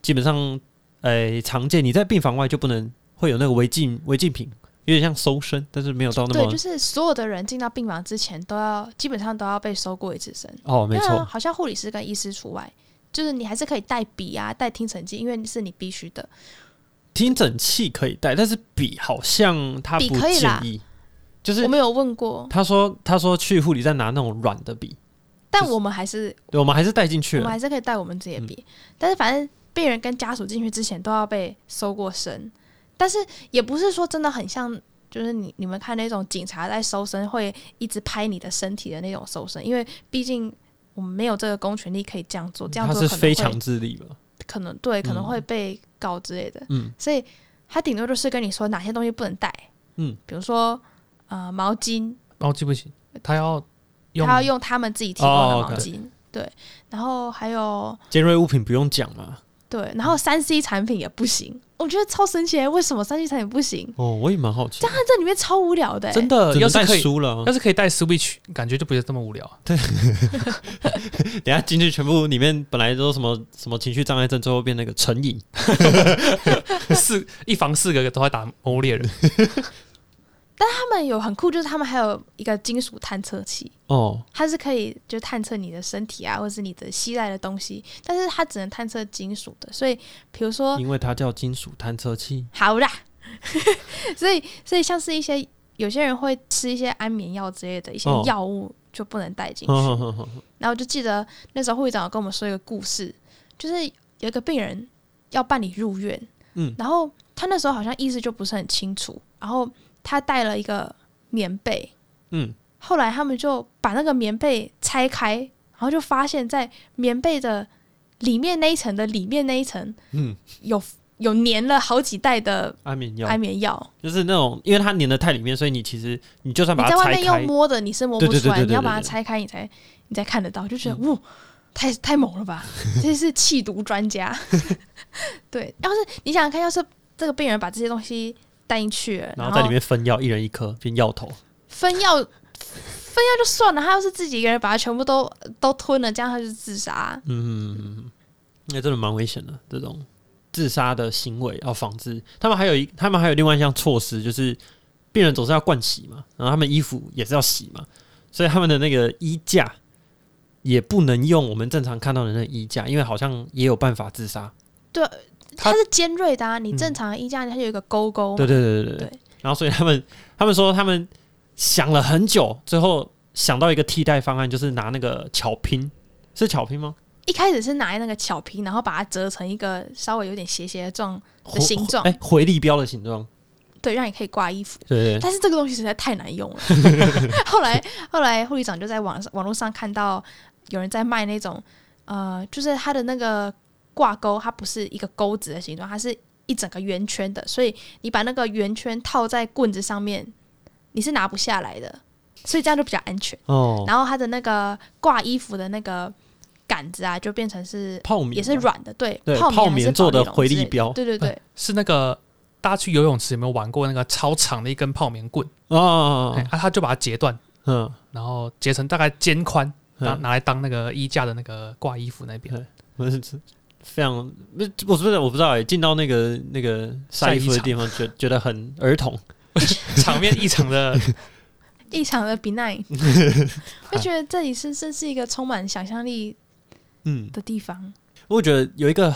[SPEAKER 2] 基本上，呃，常见你在病房外就不能会有那个违禁违禁品，有点像搜身，但是没有到那
[SPEAKER 1] 对，
[SPEAKER 2] 么、
[SPEAKER 1] 就是所有的人进到病房之前都要基本上都要被搜过一次身，
[SPEAKER 2] 哦，没
[SPEAKER 1] 当然
[SPEAKER 2] 错，
[SPEAKER 1] 好像护理师跟医师除外，就是你还是可以带笔啊、带听诊器，因为是你必须的。
[SPEAKER 2] 听诊器可以带，但是笔好像他
[SPEAKER 1] 笔
[SPEAKER 2] 不
[SPEAKER 1] 可以
[SPEAKER 2] 建
[SPEAKER 1] 啦
[SPEAKER 2] 议，就是
[SPEAKER 1] 我们有问过，
[SPEAKER 2] 他说他说去护理站拿那种软的笔，
[SPEAKER 1] 但我们还是
[SPEAKER 2] 对，我们还是带嗯进
[SPEAKER 1] 我
[SPEAKER 2] 去
[SPEAKER 1] 们
[SPEAKER 2] 了，
[SPEAKER 1] 还是可以带我们自己的笔，但是反正病人跟家属进去之前都要被搜过身，但是也不是说真的很像。就是你你们看那种警察在搜身，会一直拍你的身体的那种搜身，因为毕竟我们没有这个公权力可以这样做，这样
[SPEAKER 2] 他
[SPEAKER 1] 做
[SPEAKER 2] 是
[SPEAKER 1] 可能会
[SPEAKER 2] 非常自立了，
[SPEAKER 1] 可能对，可能
[SPEAKER 2] 嗯
[SPEAKER 1] 会被告之类的，
[SPEAKER 2] 嗯
[SPEAKER 1] 所以他顶多就是跟你说哪些东西不能带，
[SPEAKER 2] 嗯，
[SPEAKER 1] 比如说呃毛巾，
[SPEAKER 3] 哦，记不行，他要用
[SPEAKER 1] 他要用他们自己提供的
[SPEAKER 2] 哦
[SPEAKER 1] 毛
[SPEAKER 2] ，OK
[SPEAKER 1] 巾，对，然后还有
[SPEAKER 2] 尖锐物品不用讲嘛。
[SPEAKER 1] 对，然后三 C 产品也不行，我觉得超神奇的，为什么三 C 产品不行？啊
[SPEAKER 2] 哦，我也蛮好奇，
[SPEAKER 1] 但这里面超无聊的欸、
[SPEAKER 3] 真的，
[SPEAKER 2] 只
[SPEAKER 3] 要
[SPEAKER 2] 能
[SPEAKER 3] 是
[SPEAKER 2] 带
[SPEAKER 3] 可以，
[SPEAKER 2] 书了啊
[SPEAKER 3] 要。是可以带 Switch，感觉就不是这么无 聊。
[SPEAKER 2] 等一下进去全部里面本来都什么什么情绪障碍症，最后变那个成瘾。
[SPEAKER 3] 四一房四个都在打《魔物猎人》，
[SPEAKER 1] 他们有很酷，就是他们还有一个金属探测器，
[SPEAKER 2] 哦，
[SPEAKER 1] 它是可以就探测你的身体啊，或是你的携带的东西，但是它只能探测金属的，所以比如说
[SPEAKER 2] 因为它叫金属探测器。
[SPEAKER 1] 好 啦，所以所以像是一些有些人会吃一些安眠药之类的一些
[SPEAKER 2] 哦
[SPEAKER 1] 药物就不能带进去，
[SPEAKER 2] 哼哼哼
[SPEAKER 1] 然后就记得那时候护理长有跟我们说一个故事，就是有一个病人要办理入院，
[SPEAKER 2] 嗯
[SPEAKER 1] 然后他那时候好像意识就不是很清楚，然后他带了一个棉被，
[SPEAKER 2] 嗯，
[SPEAKER 1] 后来他们就把那个棉被拆开，然后就发现，在棉被的里面那一层的里面那一层，
[SPEAKER 2] 嗯，
[SPEAKER 1] 有有粘了好几袋的
[SPEAKER 2] 安眠药
[SPEAKER 1] 安眠药，
[SPEAKER 2] 就是那种，因为它粘的太里面，所以你其实你就算
[SPEAKER 1] 你
[SPEAKER 2] 把
[SPEAKER 1] 在
[SPEAKER 2] 它
[SPEAKER 1] 外
[SPEAKER 2] 拆
[SPEAKER 1] 面用
[SPEAKER 2] 开，
[SPEAKER 1] 摸的，你是摸不
[SPEAKER 2] 对对
[SPEAKER 1] 出
[SPEAKER 2] 对
[SPEAKER 1] 来，
[SPEAKER 2] 对对
[SPEAKER 1] 你要把它
[SPEAKER 2] 对对嗯
[SPEAKER 1] 拆开，你才你才看得到，就觉得哇、太太猛了吧！这是弃毒专家。 对，要是你想想看，要是这个病人把这些东西带进去了，
[SPEAKER 2] 然
[SPEAKER 1] 然
[SPEAKER 2] 后在里面分药，一人一颗，变药头。
[SPEAKER 1] 分药。分药就算了，他要是自己一个人把它全部都都吞了，这样他就自杀。
[SPEAKER 2] 嗯嗯嗯嗯，那真的蛮危险的，这种自杀的行为要防治。他们还有一，他们还有另外一项措施，就是病人总是要灌洗嘛，然后他们衣服也是要洗嘛，所以他们的那个衣架也不能用我们正常看到的那个衣架，因为好像也有办法自杀。
[SPEAKER 1] 它
[SPEAKER 3] 它
[SPEAKER 1] 是尖锐的啊，你正常的衣架它有一个勾勾嘛，
[SPEAKER 2] 嗯对对对对对。
[SPEAKER 1] 哦对
[SPEAKER 2] 然后所以他们他们说他们想了很久，最后想到一个替代方案，就是拿那个巧拼，是巧拼吗？
[SPEAKER 1] 一开始是拿那个巧皮，然后把它折成一个稍微有点斜斜的状，
[SPEAKER 2] 回
[SPEAKER 1] 形状
[SPEAKER 2] 哎、回力镖的形状。
[SPEAKER 1] 对，让你可以挂衣服。
[SPEAKER 2] 对对
[SPEAKER 1] 但是这个东西实在太难 用了。后来后来护理长就在网上网络上看到有人在卖那种呃，就是它的那个挂钩，它不是一个钩子的形状，它是一整个圆圈的，所以你把那个圆圈套在棍子上面，你是拿不下来的，所以这样就比较安全。
[SPEAKER 2] 哦，
[SPEAKER 1] 然后它的那个挂衣服的那个杆子啊，就变成是。
[SPEAKER 2] 泡棉
[SPEAKER 1] 也是
[SPEAKER 2] 吧
[SPEAKER 1] 软的，对，
[SPEAKER 2] 对
[SPEAKER 1] 泡
[SPEAKER 2] 泡
[SPEAKER 1] 还是
[SPEAKER 2] 棉做的
[SPEAKER 1] 保利龙
[SPEAKER 2] 回
[SPEAKER 1] 之
[SPEAKER 2] 力
[SPEAKER 1] 类的
[SPEAKER 2] 镖
[SPEAKER 1] 对对对，
[SPEAKER 3] 是那个大家去游泳池有没有玩过那个超长的一根泡棉棍？
[SPEAKER 2] 哦
[SPEAKER 3] 哎，，啊，他就把它截断，
[SPEAKER 2] 嗯，
[SPEAKER 3] 然后截成大概肩宽，拿
[SPEAKER 2] 嗯
[SPEAKER 3] 拿来当那个衣架的那个挂衣服那边。
[SPEAKER 2] 我是非常，不是我是我不知道哎、进到那个那个晒衣服的地方，觉觉得很儿童。
[SPEAKER 3] 场面异 常的，
[SPEAKER 1] 异常的 benign，会觉得这里是真是一个充满想象力
[SPEAKER 2] 嗯，
[SPEAKER 1] 的地方。
[SPEAKER 2] 我觉得有一个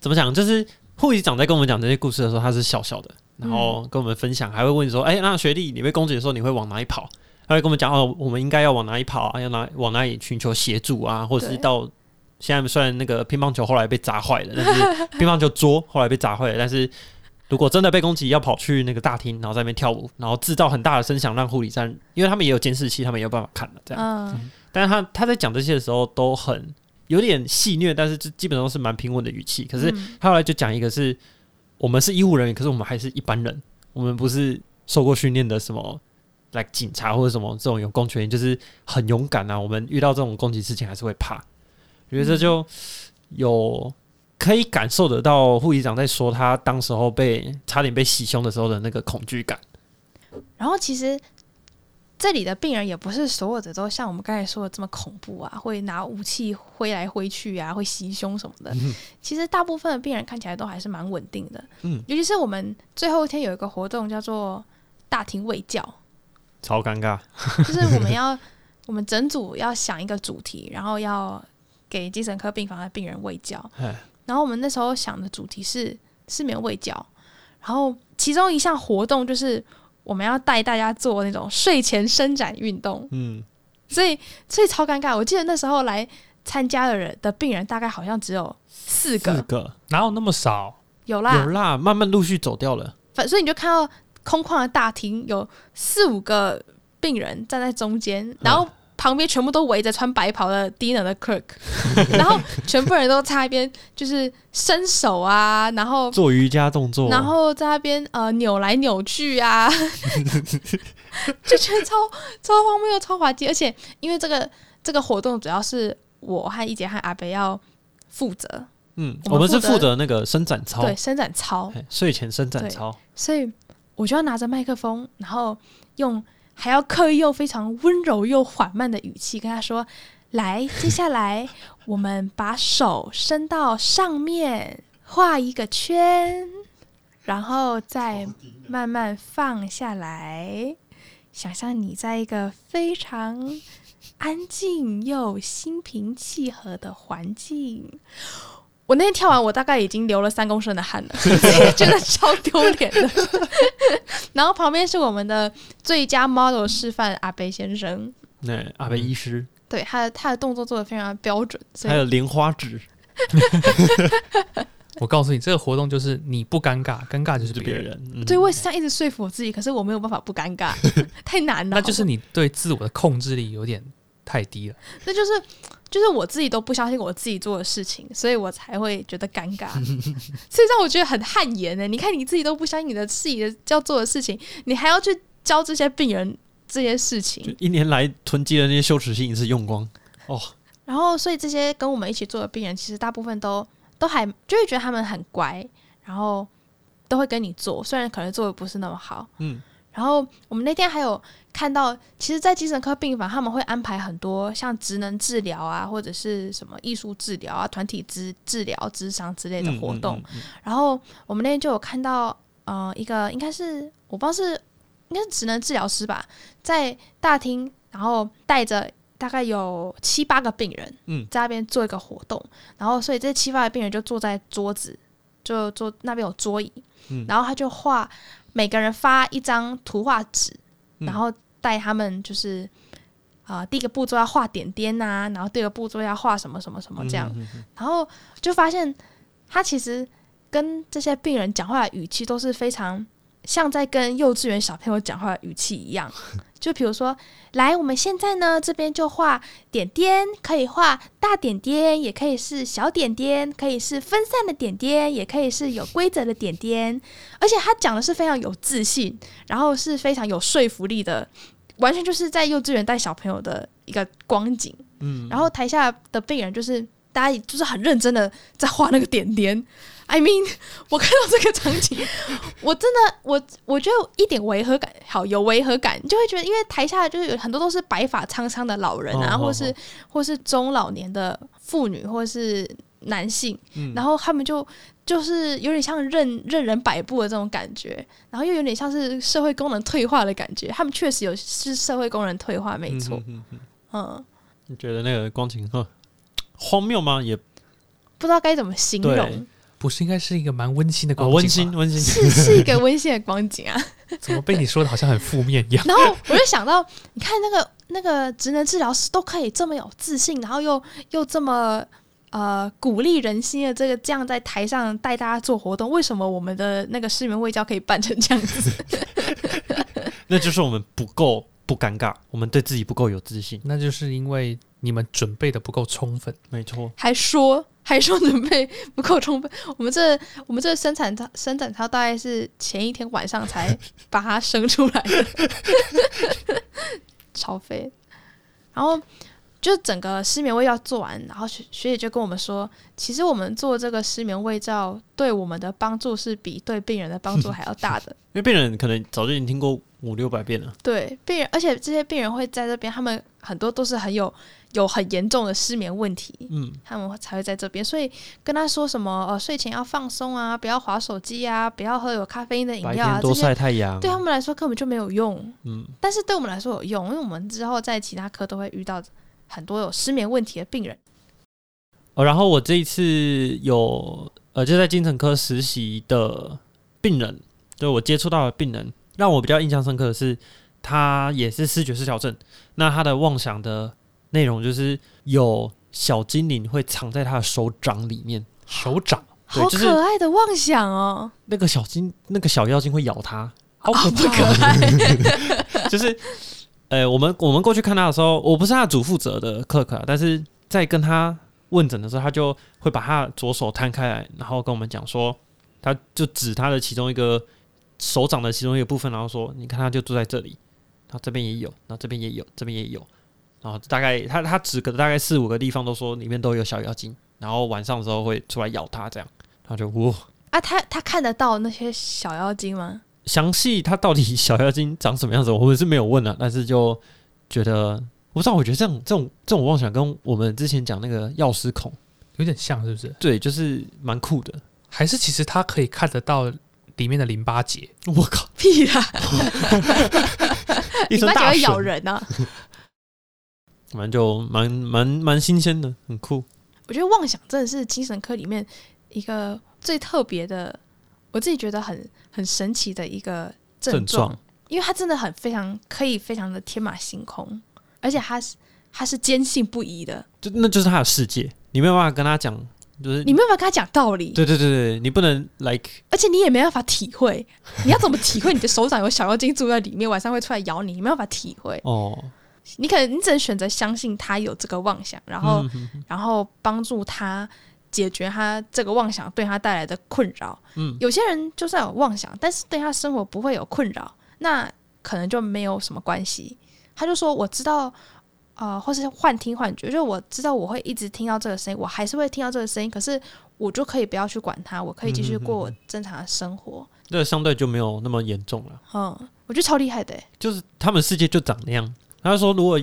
[SPEAKER 2] 怎么讲，就是护士长在跟我们讲这些故事的时候，他是笑笑的，然后跟我们分享，还会问你说，哎、那学弟你被攻击的时候，你会往哪里跑？他会跟我们讲哦，我们应该要往哪里跑啊？要哪往哪里寻求协助啊？或者是
[SPEAKER 1] 对
[SPEAKER 2] 到现在虽然那个乒乓球后来被砸坏了，但是乒乓球桌后来被砸坏了，但是如果真的被攻击，要跑去那个大厅，然后在那边跳舞，然后制造很大的声响，让护理站，因为他们也有监视器，他们也有办法看的、这样。
[SPEAKER 1] 嗯，
[SPEAKER 2] 但是他他在讲这些的时候都很有点戏谑，但是就基本上是蛮平稳的语气。可是
[SPEAKER 1] 嗯
[SPEAKER 2] 他后来就讲一个是，我们是医务人员，可是我们还是一般人，我们不是受过训练的什么。来警察或者什么这种有公权力，就是很勇敢啊！我们遇到这种攻击事情还是会怕，我觉得这就有可以感受得到护理长在说他当时候被差点被袭胸的时候的那个恐惧感。
[SPEAKER 1] 然后其实这里的病人也不是所有的都像我们刚才说的这么恐怖啊，会拿武器挥来挥去啊，会袭胸什么的。其实大部分的病人看起来都还是蛮稳定的。
[SPEAKER 2] 嗯，
[SPEAKER 1] 尤其是我们最后一天有一个活动叫做大庭卫教，
[SPEAKER 2] 超尴尬，
[SPEAKER 1] 就是我们要我们整组要想一个主题，然后要给精神科病房的病人喂教
[SPEAKER 2] 哎。
[SPEAKER 1] 然后我们那时候想的主题是失眠喂教，然后其中一项活动就是我们要带大家做那种睡前伸展运动，
[SPEAKER 2] 嗯，
[SPEAKER 1] 所以所以超尴尬。我记得那时候来参加的人的病人大概好像只有四个，
[SPEAKER 2] 四个
[SPEAKER 3] 哪有那么少？
[SPEAKER 1] 有
[SPEAKER 2] 有
[SPEAKER 1] 啦，
[SPEAKER 2] 啦，慢慢陆续走掉了。
[SPEAKER 1] 反所以你就看到空旷的大厅有四五个病人站在中间，然后旁边全部都围着穿白袍的低能的 clerk，然 后全部人都在那边就是伸手啊，然后
[SPEAKER 2] 做瑜伽动作，啊
[SPEAKER 1] 然后在那边呃扭来扭去啊，就觉得超超荒谬、超滑稽。而且因为这个这个活动主要是我和一姐和阿北要负责，
[SPEAKER 2] 嗯，
[SPEAKER 1] 我
[SPEAKER 2] 我
[SPEAKER 1] 们
[SPEAKER 2] 们
[SPEAKER 1] 负
[SPEAKER 2] 是
[SPEAKER 1] 责
[SPEAKER 2] 负责那个伸展操
[SPEAKER 1] 对，伸展操，
[SPEAKER 2] 嘿睡前伸展
[SPEAKER 1] 对
[SPEAKER 2] 操，
[SPEAKER 1] 所以我就要拿着麦克风，然后用还要刻意又非常温柔又缓慢的语气跟他说：“来，接下来我们把手伸到上面，画一个圈，然后再慢慢放下来。想象你在一个非常安静又心平气和的环境。”我那天跳完，我大概已经流了三公升的 汗了， 觉得超丢脸的。 然后旁边是我们的最佳 model 示范阿贝先生，
[SPEAKER 2] 那阿贝医师
[SPEAKER 1] 对他的他的动作做的非常标准，所
[SPEAKER 2] 还
[SPEAKER 1] 以
[SPEAKER 2] 有莲花指，
[SPEAKER 3] 我告诉你，这个活动就是你不尴尬，尴尬
[SPEAKER 2] 就
[SPEAKER 3] 就
[SPEAKER 2] 是是
[SPEAKER 3] 别
[SPEAKER 2] 别
[SPEAKER 3] 人。
[SPEAKER 2] 人，嗯
[SPEAKER 1] 对我也是这样一直说服我自己，可是我没有办法不尴 尬，太难了。
[SPEAKER 3] 那就是
[SPEAKER 1] 好
[SPEAKER 3] 你对自我的控制力有点太低了。
[SPEAKER 1] 不好那就是就是我自己都不相信我自己做的事情，所以我才会觉得尴尬。 所以让我觉得很汗颜欸呢。你看你自己都不相信你的自己的要做的事情，你还要去教这些病人这些事情
[SPEAKER 2] 就，一年来囤积的那些羞耻心一次用光，哦，
[SPEAKER 1] 然后，所以这些跟我们一起做的病人，其实大部分都都还就会觉得他们很乖，然后都会跟你做，虽然可能做的不是那么好。
[SPEAKER 2] 嗯，
[SPEAKER 1] 然后我们那天还有看到，其实，在精神科病房，他们会安排很多像职能治疗啊，或者是什么艺术治疗啊、团体治治疗、智商之类的
[SPEAKER 2] 嗯
[SPEAKER 1] 活动。，
[SPEAKER 2] 嗯嗯
[SPEAKER 1] 然后我们那天就有看到，呃，一个应该是我不知道是应该是职能治疗师吧，在大厅，然后带着大概有七八个病人，
[SPEAKER 2] 嗯
[SPEAKER 1] 在那边做一个活动，然后所以这七八个病人就坐在桌子，就坐那边有桌椅，
[SPEAKER 2] 嗯
[SPEAKER 1] 然后他就画每个人发一张图画纸，
[SPEAKER 2] 嗯
[SPEAKER 1] 然后带他们就是。啊、第一个步骤要画点点呐、然后第二个步骤要画什么什么什么这样，
[SPEAKER 2] 嗯嗯嗯
[SPEAKER 1] 然后就发现他其实跟这些病人讲话的语气都是非常像在跟幼稚园小朋友讲话的语气一样。 就比如说，来，我们现在呢这边就画点点，可以画大点点，也可以是小点点，可以是分散的点点，也可以是有规则的点点。而且他讲的是非常有自信，然后是非常有说服力的，完全就是在幼稚园带小朋友的一个光景。
[SPEAKER 2] 嗯
[SPEAKER 1] 然后台下的病人就是大家就是很认真的在画那个点点。I mean，我 看到这个场景，我真的 我我觉得有一点违和感，好有违和感，就会觉得因为台下就是有很多都是白发苍苍的老人啊，
[SPEAKER 2] 哦哦
[SPEAKER 1] 或是或是中老年的妇女，或是男性，
[SPEAKER 2] 嗯
[SPEAKER 1] 然后他们就就是有点像任任人摆布的这种感觉，然后又有点像是社会功能退化的感觉。他们确实有是社会功能退化，没错，，
[SPEAKER 2] 嗯嗯嗯嗯
[SPEAKER 1] 嗯
[SPEAKER 2] 你觉得那个光景呵荒谬吗？也
[SPEAKER 1] 不知道该怎么形容
[SPEAKER 2] 对，
[SPEAKER 3] 不是应该是一个蛮温馨的
[SPEAKER 2] 啊
[SPEAKER 3] 光景吗
[SPEAKER 2] 温馨，温馨，
[SPEAKER 1] 是是一个温馨的光景啊。
[SPEAKER 3] 怎么被你说的好像很负面一样？
[SPEAKER 1] 然后我就想到，你看那个那个职能治疗师都可以这么有自信，然后又又这么呃鼓励人心的这个这样在台上带大家做活动，为什么我们的那个失眠卫教可以办成这样子？
[SPEAKER 2] 那就是我们不够不尴尬，我们对自己不够有自信，
[SPEAKER 3] 那就是因为你们准备的不够充分。
[SPEAKER 2] 没错，
[SPEAKER 1] 还说还说准备不够充分，我们这我们这生产操生产操大概是前一天晚上才把它生出来的， 超飞。然后就整个失眠胃药做完，然后学学姐就跟我们说，其实我们做这个失眠胃照对我们的帮助是比对病人的帮助还要大的。
[SPEAKER 2] 因为病人可能早就已经听过五六百遍了，
[SPEAKER 1] 对病人，而且这些病人会在这边，他们很多都是很有有很严重的失眠问题。
[SPEAKER 2] 嗯，
[SPEAKER 1] 他们才会在这边，所以跟他说什么呃睡前要放松啊，不要划手机啊，不要喝有咖啡因的饮
[SPEAKER 2] 白
[SPEAKER 1] 料啊
[SPEAKER 2] 天，
[SPEAKER 1] 这
[SPEAKER 2] 多
[SPEAKER 1] 些
[SPEAKER 2] 晒太阳，
[SPEAKER 1] 对他们来说根本就没有用，
[SPEAKER 2] 嗯，
[SPEAKER 1] 但是对我们来说有用，因为我们之后在其他科都会遇到很多有失眠问题的病人。
[SPEAKER 2] 哦，然后我这一次有呃，就在精神科实习的病人，就我接触到的病人，让我比较印象深刻的是，他也是视觉失调症。那他的妄想的内容就是有小精灵会藏在他的手掌里面，
[SPEAKER 3] 手掌
[SPEAKER 2] 对
[SPEAKER 1] 好
[SPEAKER 2] 就是
[SPEAKER 1] 可爱的妄想哦，
[SPEAKER 2] 那个哦小精那个小妖精会咬他，
[SPEAKER 3] 好可
[SPEAKER 1] 不
[SPEAKER 3] 怕
[SPEAKER 1] 可爱，
[SPEAKER 2] 就是呃，我们我们过去看他的时候，我不是他主负责的 clerk 啊，但是在跟他问诊的时候，他就会把他的左手摊开来，然后跟我们讲说，他就指他的其中一个手掌的其中一个部分，然后说，你看他就住在这里，然后这边也有，然后这边也有，这边也有，然后大概他他指个大概四五个地方都说里面都有小妖精，然后晚上的时候会出来咬他这样，然后就哇，
[SPEAKER 1] 啊，他他看得到那些小妖精吗？
[SPEAKER 2] 详细他到底小妖精长什么样子，我们是没有问啊，但是就觉得我不知道，我觉得这种这种这种妄想跟我们之前讲那个药师孔，
[SPEAKER 3] 有点像，是不 是？
[SPEAKER 2] 对，就是蛮酷的。
[SPEAKER 3] 还是其实他可以看得到里面的淋巴结？
[SPEAKER 2] 我靠，
[SPEAKER 1] 屁啦，
[SPEAKER 2] 一
[SPEAKER 1] 你
[SPEAKER 2] 声
[SPEAKER 1] 妈姐
[SPEAKER 2] 大
[SPEAKER 1] 会咬
[SPEAKER 2] 水，
[SPEAKER 1] 人啊！
[SPEAKER 2] 反正就蛮蛮蛮新鲜的，很酷。
[SPEAKER 1] 我觉得妄想真的是精神科里面一个最特别的，我自己觉得很很神奇的一个症
[SPEAKER 2] 症
[SPEAKER 1] 状，
[SPEAKER 2] 状
[SPEAKER 1] 因为它真的很非常可以非常的天马行空，而且它是它是坚信不疑的，
[SPEAKER 2] 就那就是他的世界，你没有办法跟他讲，就是
[SPEAKER 1] 你没有办法跟他讲道理，
[SPEAKER 2] 嗯对对对对，你不能 like
[SPEAKER 1] 而且你也没办法体 会，你要怎么体会你的手掌有小妖精住在里面，晚上会出来咬你，你没有办法体会，
[SPEAKER 2] 哦，
[SPEAKER 1] 你可能你只能选择相信他有这个妄想，然后、
[SPEAKER 2] 嗯哼哼
[SPEAKER 1] 然后帮助他解决他这个妄想对他带来的困扰。
[SPEAKER 2] 嗯，
[SPEAKER 1] 有些人就算有妄想，但是对他生活不会有困扰，那可能就没有什么关系。他就说：“我知道，呃，或是幻听幻觉，就是我知道我会一直听到这个声音，我还是会听到这个声音，可是我就可以不要去管它，我可以继续过我正常的生活。
[SPEAKER 2] 这个相对就没有那么严重了。
[SPEAKER 1] 嗯”我觉得超厉害的欸、
[SPEAKER 2] 就是他们世界就长那样。他说，如果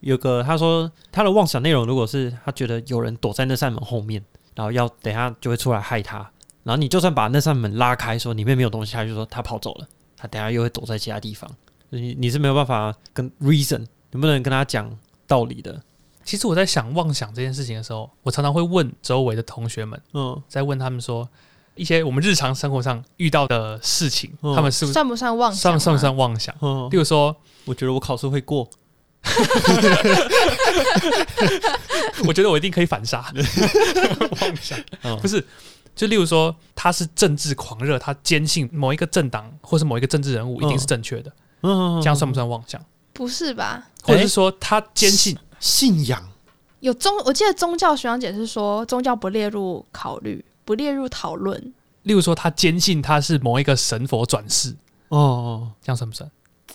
[SPEAKER 2] 有个他说他的妄想内容，如果是他觉得有人躲在那扇门后面，然后要等一下就会出来害他，然后你就算把那扇门拉开，说里面没有东西，他就说他跑走了，他等一下又会躲在其他地方。你你是没有办法跟 reason，你不能跟他讲道理的。
[SPEAKER 3] 其实我在想妄想这件事情的时候，我常常会问周围的同学们，
[SPEAKER 2] 嗯，
[SPEAKER 3] 在问他们说一些我们日常生活上遇到的事情，
[SPEAKER 2] 嗯
[SPEAKER 3] 他们是不是
[SPEAKER 1] 算不算妄想
[SPEAKER 3] 算
[SPEAKER 1] 啊？
[SPEAKER 3] 算不算妄想？
[SPEAKER 2] 哦
[SPEAKER 3] 例，如说，
[SPEAKER 2] 我觉得我考试会过，
[SPEAKER 3] 我觉得我一定可以 反杀妄想，
[SPEAKER 2] 嗯
[SPEAKER 3] 不，是？就例如说，他是政治狂热，他坚信某一个政党或是某一个政治人物一定是正确的，
[SPEAKER 2] 嗯
[SPEAKER 3] 这样算不算妄想？
[SPEAKER 1] 不是吧？
[SPEAKER 3] 或者是说，他坚信
[SPEAKER 2] 信仰？
[SPEAKER 1] 有宗，我记得宗教学长解释说，宗教不列入考虑，不列入讨论。
[SPEAKER 3] 例如说，他坚信他是某一个神佛转世，
[SPEAKER 2] 哦哦，
[SPEAKER 3] 这样算不算？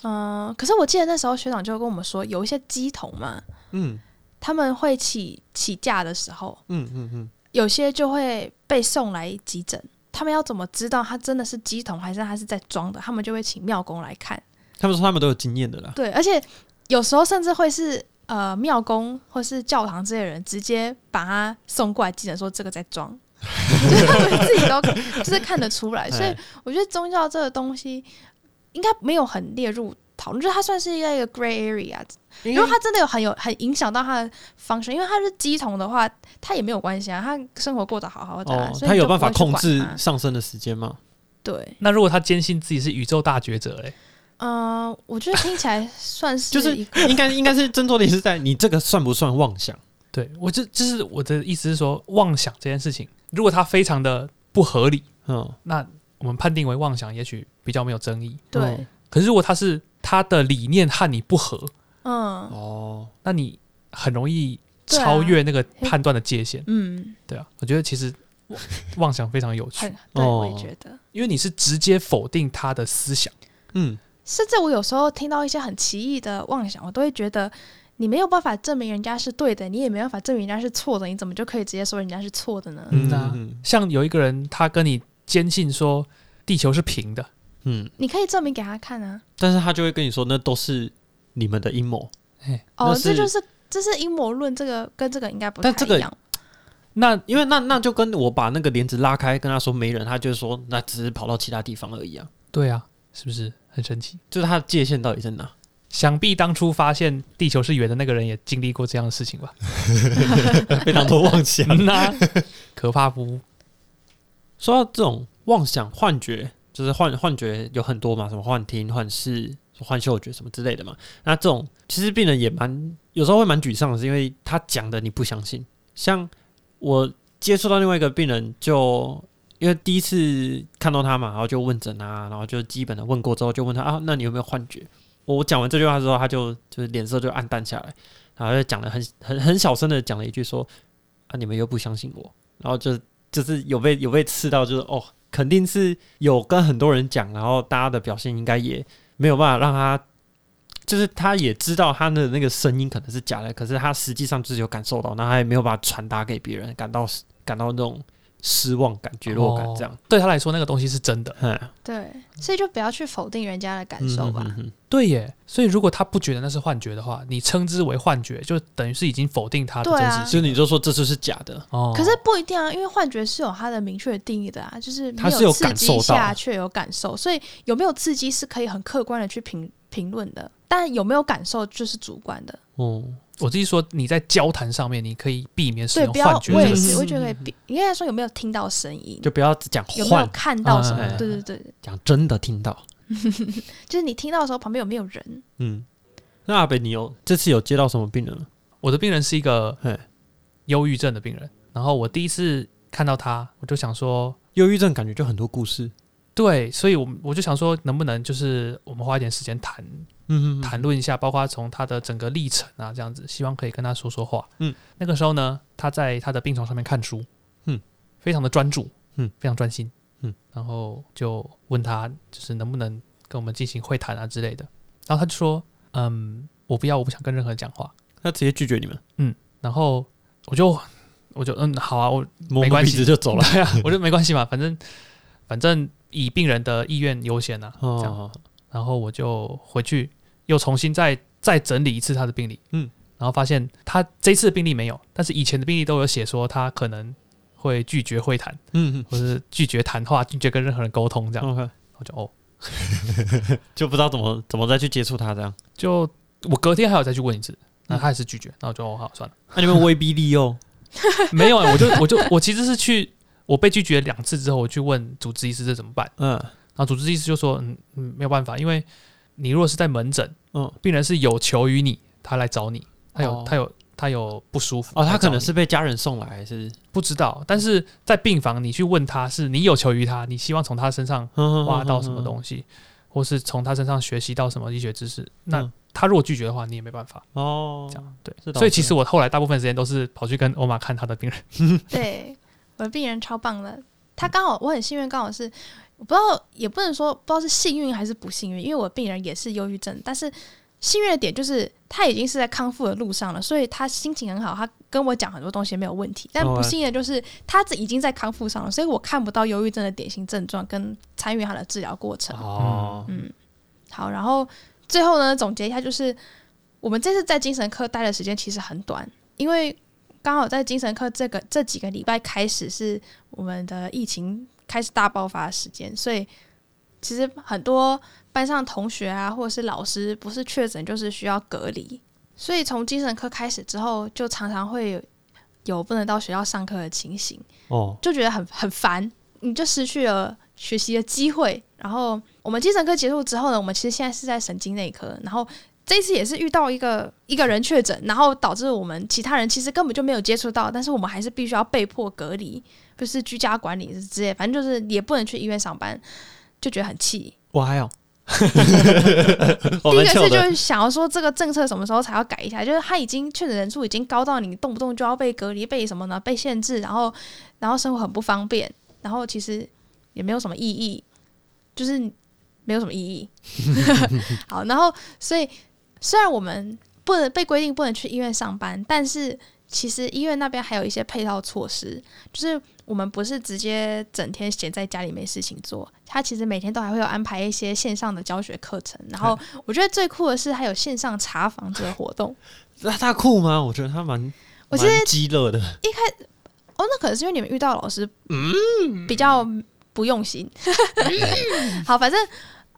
[SPEAKER 1] 嗯，可是我记得那时候学长就跟我们说，有一些鸡童嘛，
[SPEAKER 2] 嗯
[SPEAKER 1] 他们会起起价的时候，
[SPEAKER 2] 嗯嗯嗯，
[SPEAKER 1] 有些就会被送来急诊。他们要怎么知道他真的是鸡童，还是他是在装的？他们就会请庙公来看。
[SPEAKER 2] 他们说他们都有经验的啦。
[SPEAKER 1] 对，而且有时候甚至会是呃庙公或是教堂之类的人直接把他送过来急诊，说这个在装， 就是他们自己都就是看得出来。所以
[SPEAKER 2] 哎
[SPEAKER 1] 我觉得宗教这个东西应该没有很列入讨论，就是它算是一个一个 gray area。
[SPEAKER 2] 因
[SPEAKER 1] 如果他真的有很有很影响到他的方式，因为他是鸡童的话，他也没有关系啊，他生活过得好好的、啊
[SPEAKER 2] 哦，
[SPEAKER 1] 所以
[SPEAKER 2] 他
[SPEAKER 1] 你
[SPEAKER 2] 有
[SPEAKER 1] 就不
[SPEAKER 2] 办法
[SPEAKER 1] 会去
[SPEAKER 2] 控
[SPEAKER 1] 管
[SPEAKER 2] 制
[SPEAKER 1] 他
[SPEAKER 2] 上升的时间吗？
[SPEAKER 1] 对，
[SPEAKER 3] 那如果他坚信自己是宇宙大觉者、欸，
[SPEAKER 1] 嗯、我觉得听起来算是
[SPEAKER 2] 就是
[SPEAKER 1] 一个
[SPEAKER 2] 应该应该是斟酌点是在你这个算不算妄想？
[SPEAKER 3] 对我就就是我的意思是说，妄想这件事情，如果它非常的不合理，
[SPEAKER 2] 嗯，
[SPEAKER 3] 那我们判定为妄想，也许比较没有争议。
[SPEAKER 1] 对，
[SPEAKER 3] 嗯可是如果它是它的理念和你不合，
[SPEAKER 1] 嗯
[SPEAKER 2] 哦，
[SPEAKER 3] 那你很容易
[SPEAKER 1] 对啊
[SPEAKER 3] 超越那个判断的界限。
[SPEAKER 1] 嗯，
[SPEAKER 3] 对啊，我觉得其实妄妄想非常有趣
[SPEAKER 1] 很，对，我
[SPEAKER 2] 哦
[SPEAKER 1] 也觉得。
[SPEAKER 3] 因为你是直接否定他的思想。
[SPEAKER 2] 嗯，
[SPEAKER 1] 甚至我有时候听到一些很奇异的妄想，我都会觉得你没有办法证明人家是对的，你也没办法证明人家是错的，你怎么就可以直接说人家是错的呢？
[SPEAKER 3] 嗯啊
[SPEAKER 2] 嗯
[SPEAKER 3] 像有一个人，他跟你坚信说地球是平的，
[SPEAKER 2] 嗯，
[SPEAKER 1] 你可以证明给他看啊。
[SPEAKER 2] 但是他就会跟你说，那都是你们的阴谋。
[SPEAKER 1] 哦，
[SPEAKER 2] 那
[SPEAKER 1] 这
[SPEAKER 2] 是
[SPEAKER 1] 就是这是阴谋论，这个跟这个应该不太
[SPEAKER 2] 但这个
[SPEAKER 1] 一样。
[SPEAKER 3] 那
[SPEAKER 2] 因为那那就跟我把那个帘子拉开，跟他说没人，他就说那只是跑到其他地方而已啊。
[SPEAKER 3] 对啊，是不是很神奇？
[SPEAKER 2] 就是他的界限到底在 哪？
[SPEAKER 3] 想必当初发现地球是圆的那个人也经历过这样的事情吧？
[SPEAKER 2] 非常多妄想。
[SPEAKER 3] 那可怕不？
[SPEAKER 2] 说到这种妄想、幻觉，就是幻幻觉有很多嘛，什么幻听、幻视、幻嗅觉什么之类的嘛。那这种其实病人也蛮有时候会蛮沮丧的，是因为他讲的你不相信。像我接触到另外一个病人就，因为第一次看到他嘛，然后就问诊啊，然后就基本的问过之后，就问他啊，那你有没有幻觉？我讲完这句话之后，他就就是脸色就暗淡下来，然后就讲了很很很小声的讲了一句说：“啊，你们又不相信我。”然后就就是有被有被刺到，就是哦，肯定是有跟很多人讲，然后大家的表现应该也没有办法让他，就是他也知道他的那个声音可能是假的，可是他实际上自己有感受到，那他也没有把它传达给别人，感到感到那种失望感、觉落
[SPEAKER 1] 哦
[SPEAKER 2] 感这样。
[SPEAKER 3] 对他来说那个东西是真的。
[SPEAKER 2] 嗯，
[SPEAKER 1] 对，所以就不要去否定人家的感
[SPEAKER 2] 嗯
[SPEAKER 1] 受
[SPEAKER 2] 哼
[SPEAKER 1] 吧。
[SPEAKER 2] 哼哼
[SPEAKER 3] 对耶，所以如果他不觉得那是幻觉的话，你称之为幻觉，就等于是已经否定他的
[SPEAKER 1] 对
[SPEAKER 3] 真
[SPEAKER 1] 啊
[SPEAKER 3] 实
[SPEAKER 2] 所
[SPEAKER 3] 性。
[SPEAKER 2] 以你就说这就是假的，
[SPEAKER 3] 哦，
[SPEAKER 1] 可是不一定啊，因为幻觉是有它的明确定义的啊，就是
[SPEAKER 2] 它
[SPEAKER 1] 没
[SPEAKER 2] 是有
[SPEAKER 1] 刺
[SPEAKER 2] 感受
[SPEAKER 1] 激
[SPEAKER 2] 到
[SPEAKER 1] 下却有感受，所以有没有刺激是可以很客观的去评评论的，但有没有感受就是主观的。
[SPEAKER 2] 哦、
[SPEAKER 3] 我自己说，你在交谈上面，你可以避免使
[SPEAKER 1] 对，
[SPEAKER 3] 用
[SPEAKER 1] 不要
[SPEAKER 3] 幻觉
[SPEAKER 1] 我
[SPEAKER 3] 这
[SPEAKER 1] 也
[SPEAKER 3] 个
[SPEAKER 1] 是，
[SPEAKER 3] 词。
[SPEAKER 1] 我觉得可以避，应该说有没有听到声音，
[SPEAKER 2] 就不要只讲
[SPEAKER 1] 有没有
[SPEAKER 2] 幻，
[SPEAKER 1] 看到什么？
[SPEAKER 2] 嗯
[SPEAKER 1] 对对对，
[SPEAKER 2] 讲真的听到。
[SPEAKER 1] 就是你听到的时候旁边有没有 人？
[SPEAKER 2] 嗯，那阿北，你有这次有接到什么病人吗？
[SPEAKER 3] 我的病人是一个
[SPEAKER 2] 嘿
[SPEAKER 3] 忧郁症的病人，然后我第一次看到他，我就想说，
[SPEAKER 2] 忧郁症感觉就很多故事。
[SPEAKER 3] 对，所以我们我就想说，能不能就是我们花一点时间谈
[SPEAKER 2] 嗯
[SPEAKER 3] 谈论一下，包括从他的整个历程啊，这样子，希望可以跟他说说话。
[SPEAKER 2] 嗯，
[SPEAKER 3] 那个时候呢，他在他的病床上面看书，
[SPEAKER 2] 嗯，
[SPEAKER 3] 非常的专注，
[SPEAKER 2] 嗯，
[SPEAKER 3] 非常专心，
[SPEAKER 2] 嗯，
[SPEAKER 3] 然后就问他就是能不能跟我们进行会谈啊之类的，然后他就说，嗯，我不要，我不想跟任何人讲话。
[SPEAKER 2] 他直接拒绝你们，
[SPEAKER 3] 然后我就我就嗯，好啊，我
[SPEAKER 2] 摸
[SPEAKER 3] 没
[SPEAKER 2] 摸
[SPEAKER 3] 关
[SPEAKER 2] 鼻
[SPEAKER 3] 系
[SPEAKER 2] 子就走了。
[SPEAKER 3] 对啊，我就没关系嘛，反正反正以病人的意愿优先呐、啊，这样。
[SPEAKER 2] 哦，
[SPEAKER 3] 然后我就回去又重新再再整理一次他的病历，
[SPEAKER 2] 嗯，
[SPEAKER 3] 然后发现他这次的病历没有，但是以前的病历都有写说他可能会拒绝会谈，
[SPEAKER 2] 嗯
[SPEAKER 3] 或是拒绝谈话，拒绝跟任何人沟通这
[SPEAKER 2] 嗯
[SPEAKER 3] 样。
[SPEAKER 2] ，OK，
[SPEAKER 3] 我就哦，
[SPEAKER 2] 就不知道怎么怎么再去接触他这样。
[SPEAKER 3] 就我隔天还有再去问一次，那他也是拒绝，那我就哦好 算了，
[SPEAKER 2] 那你们威逼利诱，
[SPEAKER 3] 没有、啊，我就我就我其实是去。我被拒绝两次之后，我去问主治医师这怎么办，
[SPEAKER 2] 嗯
[SPEAKER 3] 然后主治医师就说：“嗯嗯，没有办法，因为你如果是在门诊，
[SPEAKER 2] 嗯，
[SPEAKER 3] 病人是有求于你，他来找你，他有、
[SPEAKER 2] 哦
[SPEAKER 3] 他有他有不舒服
[SPEAKER 2] 哦，他
[SPEAKER 3] 来找
[SPEAKER 2] 可能
[SPEAKER 3] 你
[SPEAKER 2] 是被家人送来，还是
[SPEAKER 3] 不知道，但是在病房你去问他是你有求于他，你希望从他身上
[SPEAKER 2] 嗯
[SPEAKER 3] 挖
[SPEAKER 2] 挖
[SPEAKER 3] 到什么
[SPEAKER 2] 西？
[SPEAKER 3] 东西，或是从他身上学习到什么医学知识，那
[SPEAKER 2] 嗯
[SPEAKER 3] 他如果拒绝的话，你也没办法
[SPEAKER 2] 哦
[SPEAKER 3] 这，样对
[SPEAKER 2] 是。的
[SPEAKER 3] 所以其实我后来大部分时间都是跑去跟欧玛看他的病人，
[SPEAKER 1] 对，我的病人超棒的，他刚好我很幸运，刚好是我不知道，也不能说不知道是幸运还是不幸运，因为我的病人也是忧郁症，但是幸运的点就是他已经是在康复的路上了，所以他心情很好，他跟我讲很多东西没有问题。但
[SPEAKER 2] 哦
[SPEAKER 1] 不
[SPEAKER 2] 哎
[SPEAKER 1] 幸的就是他已经在康复上了，所以我看不到忧郁症的典型症状跟参与他的治疗过程。
[SPEAKER 2] 哦，
[SPEAKER 1] 嗯，好，然后最后呢，总结一下，就是我们这次在精神科待的时间其实很短，因为刚好在精神科这个这几个礼拜开始是我们的疫情开始大爆发的时间，所以其实很多班上同学啊，或者是老师，不是确诊就是需要隔离，所以从精神科开始之后，就常常会有有不能到学校上课的情形。
[SPEAKER 2] 哦，
[SPEAKER 1] 就觉得很很烦，你就失去了学习的机会。然后我们精神科结束之后呢，我们其实现在是在神经内科，然后这一次也是遇到一个一个人确诊，然后导致我们其他人其实根本就没有接触到，但是我们还是必须要被迫隔离，就是居家管理之类，反正就是也不能去医院上班，就觉得很气。
[SPEAKER 2] 我还有，
[SPEAKER 1] 第
[SPEAKER 2] 我
[SPEAKER 1] 一
[SPEAKER 2] 们
[SPEAKER 1] 个
[SPEAKER 2] 糗
[SPEAKER 1] 是就
[SPEAKER 2] 的，
[SPEAKER 1] 是想要说这个政策什么时候才要改一下，就是他已经确诊人数已经高到你动不动就要被隔离、被什么呢？被限制，然后然后生活很不方便，然后其实也没有什么意义，就是没有什么意义。 好，然后所以虽然我们不能被规定不能去医院上班，但是其实医院那边还有一些配套措施，就是我们不是直接整天闲在家里没事情做，他其实每天都还会有安排一些线上的教学课程。然后我觉得最酷的是还有线上查房这个活动。
[SPEAKER 2] 那他酷吗？我觉得他蛮，
[SPEAKER 1] 我其实
[SPEAKER 2] 蛮激乐的，
[SPEAKER 1] 哦，那可能是因为你们遇到老师，嗯，比较不用心。
[SPEAKER 2] 嗯
[SPEAKER 1] 好，反正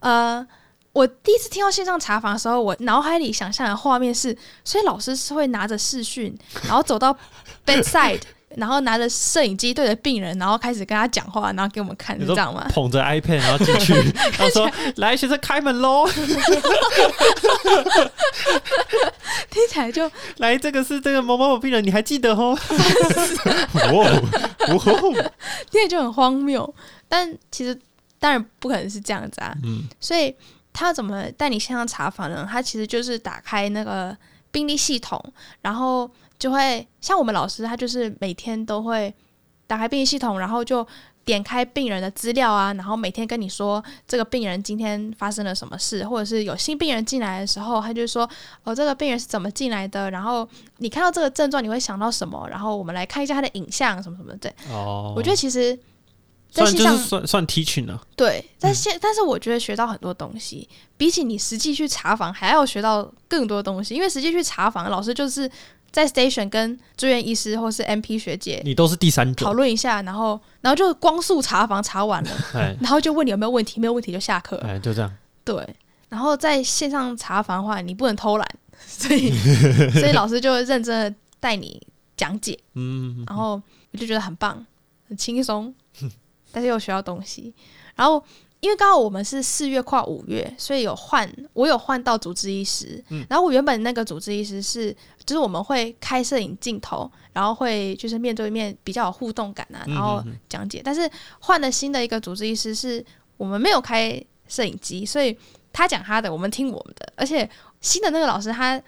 [SPEAKER 1] 呃，我第一次听到线上查房的时候，我脑海里想象的画面是，所以老师是会拿着视 讯，然后走到 bedside，然后拿着摄影机对着病人，然后开始跟他讲话，然后给我们看，
[SPEAKER 2] 你
[SPEAKER 1] 是
[SPEAKER 2] 说
[SPEAKER 1] 这样吗？
[SPEAKER 2] 捧着 iPad 然后进去，然后说：“来，学生开门喽！
[SPEAKER 1] 听起来就
[SPEAKER 2] 来，这个是这个某某某病人，你还记得哦？” 哇哦，
[SPEAKER 1] 听起来就很荒谬，但其实当然不可能是这样子啊。
[SPEAKER 2] 嗯
[SPEAKER 1] 所以他怎么带你线上查房呢？他其实就是打开那个病历系统，然后就会像我们老师，他就是每天都会打开病历系统，啊然后就点开病人的资料啊，然后每天跟你说这个病人今天发生了什么事，或者是有新病人进来的时候，他就说哦，这个病人是怎么进来的，然后你看到这个症状你会想到什么，然后我们来看一下他的影像什么什么的。对
[SPEAKER 2] 哦，
[SPEAKER 1] 我觉得其实在
[SPEAKER 2] 算就
[SPEAKER 1] 线上
[SPEAKER 2] 是算算 teaching 啊，
[SPEAKER 1] 对，但
[SPEAKER 2] 嗯
[SPEAKER 1] 现、但是我觉得学到很多东西，比起你实际去查房还要学到更多东西，因为实际去查房，老师就是在 station 跟住院医师或是 MP 学姐
[SPEAKER 2] 你都是第三
[SPEAKER 1] 讨
[SPEAKER 2] 种，
[SPEAKER 1] 论一下，然后然后就光速查房查完了，
[SPEAKER 2] 哎
[SPEAKER 1] 然后就问你有没有问题，没有问题就下课了。
[SPEAKER 2] 哎，就这样。
[SPEAKER 1] 对，然后在线上查房的话，你不能偷懒，所以所以老师就认真的带你讲解，
[SPEAKER 2] 嗯，
[SPEAKER 1] 然后我就觉得很棒，很轻松，但是又学到东西。然后因为刚好我们是四月跨五月，所以有换，我有换到主治医师。
[SPEAKER 2] 嗯
[SPEAKER 1] 然后我原本那个主治医师是，就是我们会开摄影镜头，然后会就是面对面比较有互动感啊，
[SPEAKER 2] 嗯
[SPEAKER 1] 然后
[SPEAKER 2] 嗯嗯
[SPEAKER 1] 讲解。但是换了新的一个主治医师是，我们没有开摄影机，所以他讲他的，我们听我们的。而且新的那个老师他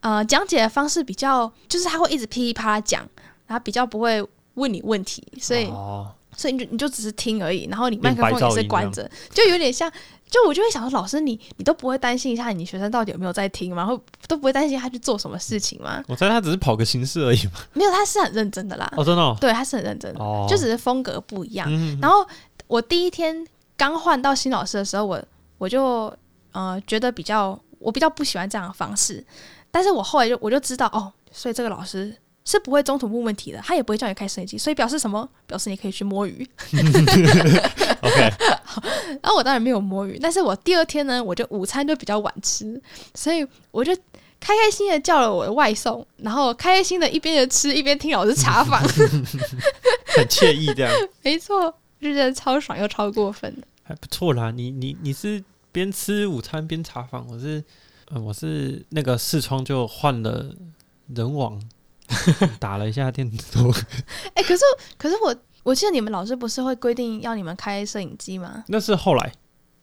[SPEAKER 1] 呃讲解的方式比较，就是他会一直噼里啪啦讲，然后比较不会问你问题，所以、
[SPEAKER 2] 哦，
[SPEAKER 1] 所以你就你就只是听而已，然后你麦
[SPEAKER 2] 变
[SPEAKER 1] 克
[SPEAKER 2] 白
[SPEAKER 1] 风也
[SPEAKER 2] 噪
[SPEAKER 1] 是
[SPEAKER 2] 音
[SPEAKER 1] 关
[SPEAKER 2] 这
[SPEAKER 1] 着，就有点像。就我就会想说，老师你你都不会担心一哎下你学生到底有没有在听吗？然后都不会担心他去做什么事情吗？
[SPEAKER 2] 我猜他只是跑个形式而已嘛。
[SPEAKER 1] 没有，他是很认真的啦，
[SPEAKER 2] 哦，真的哦，
[SPEAKER 1] 对，他是很认真的，
[SPEAKER 2] 哦
[SPEAKER 1] 就只是风格不一样。
[SPEAKER 2] 嗯
[SPEAKER 1] 然后我第一天刚换到新老师的时候，我我就呃觉得比较我比较不喜欢这样的方式，但是我后来就我就知道哦，所以这个老师是不会中途问问题的，他也不会叫你开摄影机，所以表示什么？表示你可以去摸鱼。
[SPEAKER 2] 嗯 OK，
[SPEAKER 1] 然后我当然没有摸鱼，但是我第二天呢，我就午餐就比较晚吃，所以我就开开心心的叫了我的外送，然后开开心的一边的吃一边听老师查访，
[SPEAKER 2] 很惬意这样，
[SPEAKER 1] 没错，就觉得超爽又超过分的。
[SPEAKER 2] 还不错啦。你你你是边吃午餐边查房，我是呃我是那个视窗就换了人网，打了一下电头。
[SPEAKER 1] 哎、可是可是我我记得你们老师不是会规定要你们开摄影机吗？
[SPEAKER 2] 那是后来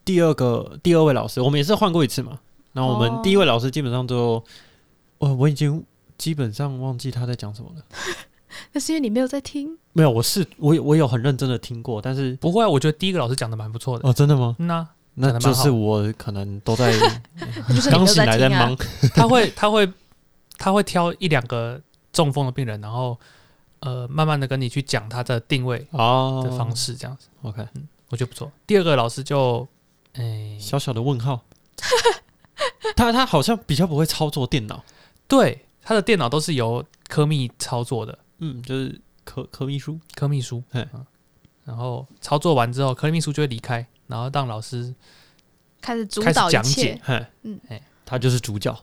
[SPEAKER 2] 第二个第二位老师，我们也是换过一次嘛。然后我
[SPEAKER 1] 哦
[SPEAKER 2] 们第一位老师基本上就，我、我已经基本上忘记他在讲什么了。
[SPEAKER 1] 那是因为你没有在听。
[SPEAKER 2] 没有，我是我有我有很认真的听过，但是
[SPEAKER 3] 不会啊，我觉得第一个老师讲的蛮不错的。
[SPEAKER 2] 哦，真的吗？
[SPEAKER 3] 嗯呐、
[SPEAKER 2] 那
[SPEAKER 3] 讲得蛮
[SPEAKER 2] 就
[SPEAKER 3] 好
[SPEAKER 2] 是我可能都在
[SPEAKER 1] 就是你没
[SPEAKER 2] 刚
[SPEAKER 1] 有
[SPEAKER 2] 醒
[SPEAKER 1] 在
[SPEAKER 2] 来
[SPEAKER 1] 听啊
[SPEAKER 2] 忙，
[SPEAKER 3] 他会 他会他会挑一两个中风的病人，然后呃慢慢的跟你去讲他的定位
[SPEAKER 2] 哦
[SPEAKER 3] 的方式，这样子、
[SPEAKER 2] OK，
[SPEAKER 3] 我觉得不错。第二个老师就哎、
[SPEAKER 2] 小小的问号。 他他好像比较不会操作电脑，
[SPEAKER 3] 对，他的电脑都是由科密操作的，
[SPEAKER 2] 嗯，就是科科秘书，
[SPEAKER 3] 科秘书，
[SPEAKER 2] 嘿
[SPEAKER 3] 嗯，然后操作完之后，科秘书就会离开，然后让老师
[SPEAKER 1] 开始主
[SPEAKER 3] 开始
[SPEAKER 1] 导一
[SPEAKER 3] 讲
[SPEAKER 1] 切
[SPEAKER 3] 解，
[SPEAKER 2] 嘿，
[SPEAKER 1] 嗯
[SPEAKER 2] 嘿，他就是主角，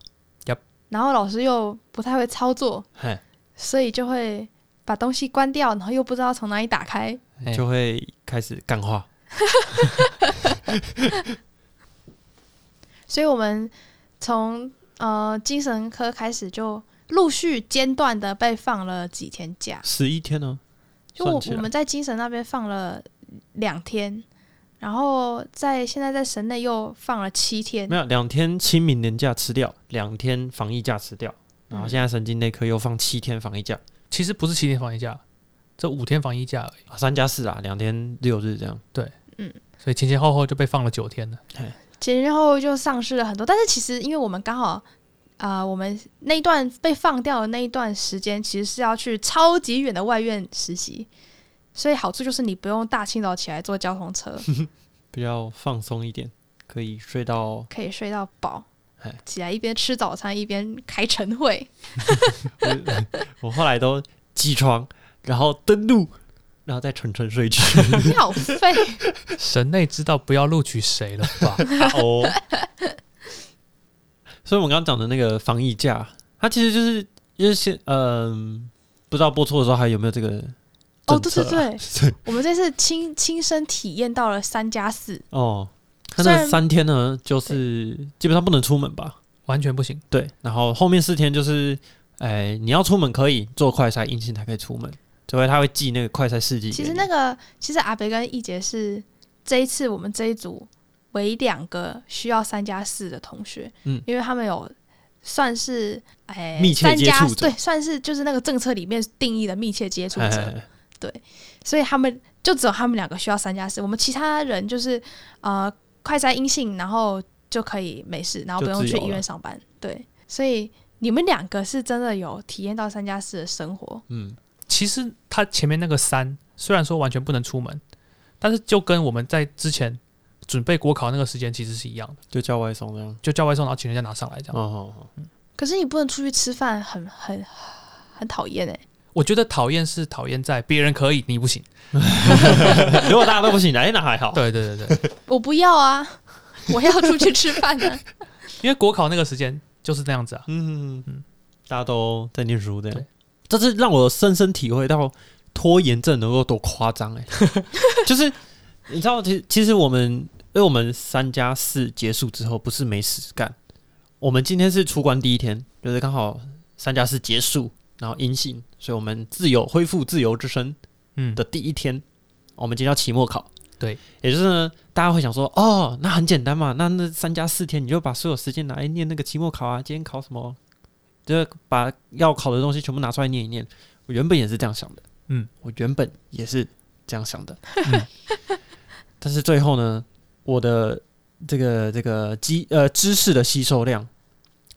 [SPEAKER 1] 然后老师又不太会操作，
[SPEAKER 2] 嘿，
[SPEAKER 1] 所以就会把东西关掉，然后又不知道从哪里打开。
[SPEAKER 3] 嘿
[SPEAKER 2] 就会开始干话，
[SPEAKER 1] 所以我们从呃精神科开始就陆续间断的被放了几天假，
[SPEAKER 2] 十一天呢、
[SPEAKER 1] 就我
[SPEAKER 2] 算起
[SPEAKER 1] 我
[SPEAKER 2] 来
[SPEAKER 1] 们在精神那边放了两天，然后在现在在神内又放了七天
[SPEAKER 2] 没。有两天清明年假吃掉，两天防疫假吃掉，
[SPEAKER 1] 嗯
[SPEAKER 2] 然后现在神经内科又放七天防疫假，
[SPEAKER 3] 其实不是七天防疫假，这五天防疫假而已，
[SPEAKER 2] 啊三加四啊，两天六日这样。
[SPEAKER 3] 所以前前后后就被放了九天了。
[SPEAKER 1] 前前后后就丧失了很多。但是其实因为我们刚好，啊，我们那一段被放掉的那一段时间，其实是要去超级远的外院实习，所以好处就是你不用大清早起来坐交通 车，
[SPEAKER 2] 比较放松一点，可以睡到
[SPEAKER 1] 可以睡到饱
[SPEAKER 2] 哎，
[SPEAKER 1] 起来一边吃早餐一边开晨会。
[SPEAKER 2] 我我后来都起床，然后登录，然后再沉沉睡去。
[SPEAKER 1] 你好 废，
[SPEAKER 3] 神内知道不要录取谁了吧？
[SPEAKER 2] 哦， 所以我们刚刚讲的那个防疫假，它其实就是就是先嗯、不知道播出的时候还有没有这个
[SPEAKER 1] 哦，
[SPEAKER 2] 政
[SPEAKER 1] 对
[SPEAKER 2] 策
[SPEAKER 1] 对
[SPEAKER 2] 啊、
[SPEAKER 1] 对，我们这次亲亲身体验到了三加四，
[SPEAKER 2] 哦，它
[SPEAKER 1] 虽
[SPEAKER 2] 那
[SPEAKER 1] 然
[SPEAKER 2] 三天呢，就是基本上不能出门吧？
[SPEAKER 3] 完全不行。
[SPEAKER 2] 对，然后后面四天就是，哎，你要出门可以做快筛阴性才可以出门，除非他会寄那个快筛试剂给你。
[SPEAKER 1] 其实那个其实阿北跟易杰是这一次我们这一组为两个需要三加四的同学，
[SPEAKER 2] 嗯
[SPEAKER 1] 因为他们有算是哎
[SPEAKER 2] 密切
[SPEAKER 1] 三
[SPEAKER 2] 接
[SPEAKER 1] 加
[SPEAKER 2] 触者
[SPEAKER 1] 对，算是就是那个政策里面定义的密切接触
[SPEAKER 2] 哎
[SPEAKER 1] 者，
[SPEAKER 2] 哎
[SPEAKER 1] 所以他们就只有他们两个需要三加四，我们其他人就是呃快筛阴性，然后就可以没事，然后不用
[SPEAKER 2] 就自
[SPEAKER 1] 去
[SPEAKER 2] 由
[SPEAKER 1] 医院
[SPEAKER 2] 了
[SPEAKER 1] 上班，对，所以你们两个是真的有体验到三加四的生活，
[SPEAKER 2] 嗯，
[SPEAKER 3] 其实他前面那个三虽然说完全不能出门，但是就跟我们在之前准备国考那个时间其实是一样的，
[SPEAKER 2] 就叫外送这样。
[SPEAKER 3] 就叫外送，然后请人家拿上来这样。
[SPEAKER 2] 哦哦，哦
[SPEAKER 1] 可是你不能出去吃饭，很很很讨厌哎。
[SPEAKER 3] 我觉得讨厌是讨厌在别人可以，你不行。
[SPEAKER 2] 如果大家都不行，哎，那还好。
[SPEAKER 3] 对对对对，
[SPEAKER 1] 我不要啊， 我要出去吃饭啊。
[SPEAKER 3] 因为国考那个时间就是那样子啊。
[SPEAKER 2] 嗯
[SPEAKER 3] 嗯
[SPEAKER 2] 嗯，大家都在念书这样
[SPEAKER 3] 对，
[SPEAKER 2] 这是让我深深体会到拖延症能够多夸张哎， 就是你知道，其实其实我们因为我们三加四结束之后不是没事干，我们今天是出关第一天，就是刚好三加四结束，然后阴性，所以我们自由恢复自由之身
[SPEAKER 3] 嗯，
[SPEAKER 2] 的第一天，我们今天要期末考，
[SPEAKER 3] 对，
[SPEAKER 2] 也就是呢，大家会想说，哦，那很简单嘛，那那三加四天，你就把所有时间拿来念那个期末考啊，今天考什么，就是把要考的东西全部拿出来念一念。我原本也是这样想的，
[SPEAKER 3] 嗯，
[SPEAKER 2] 我原本也是这样想的，
[SPEAKER 3] 嗯
[SPEAKER 2] 但是最后呢，我的这个这个知呃知识的吸收量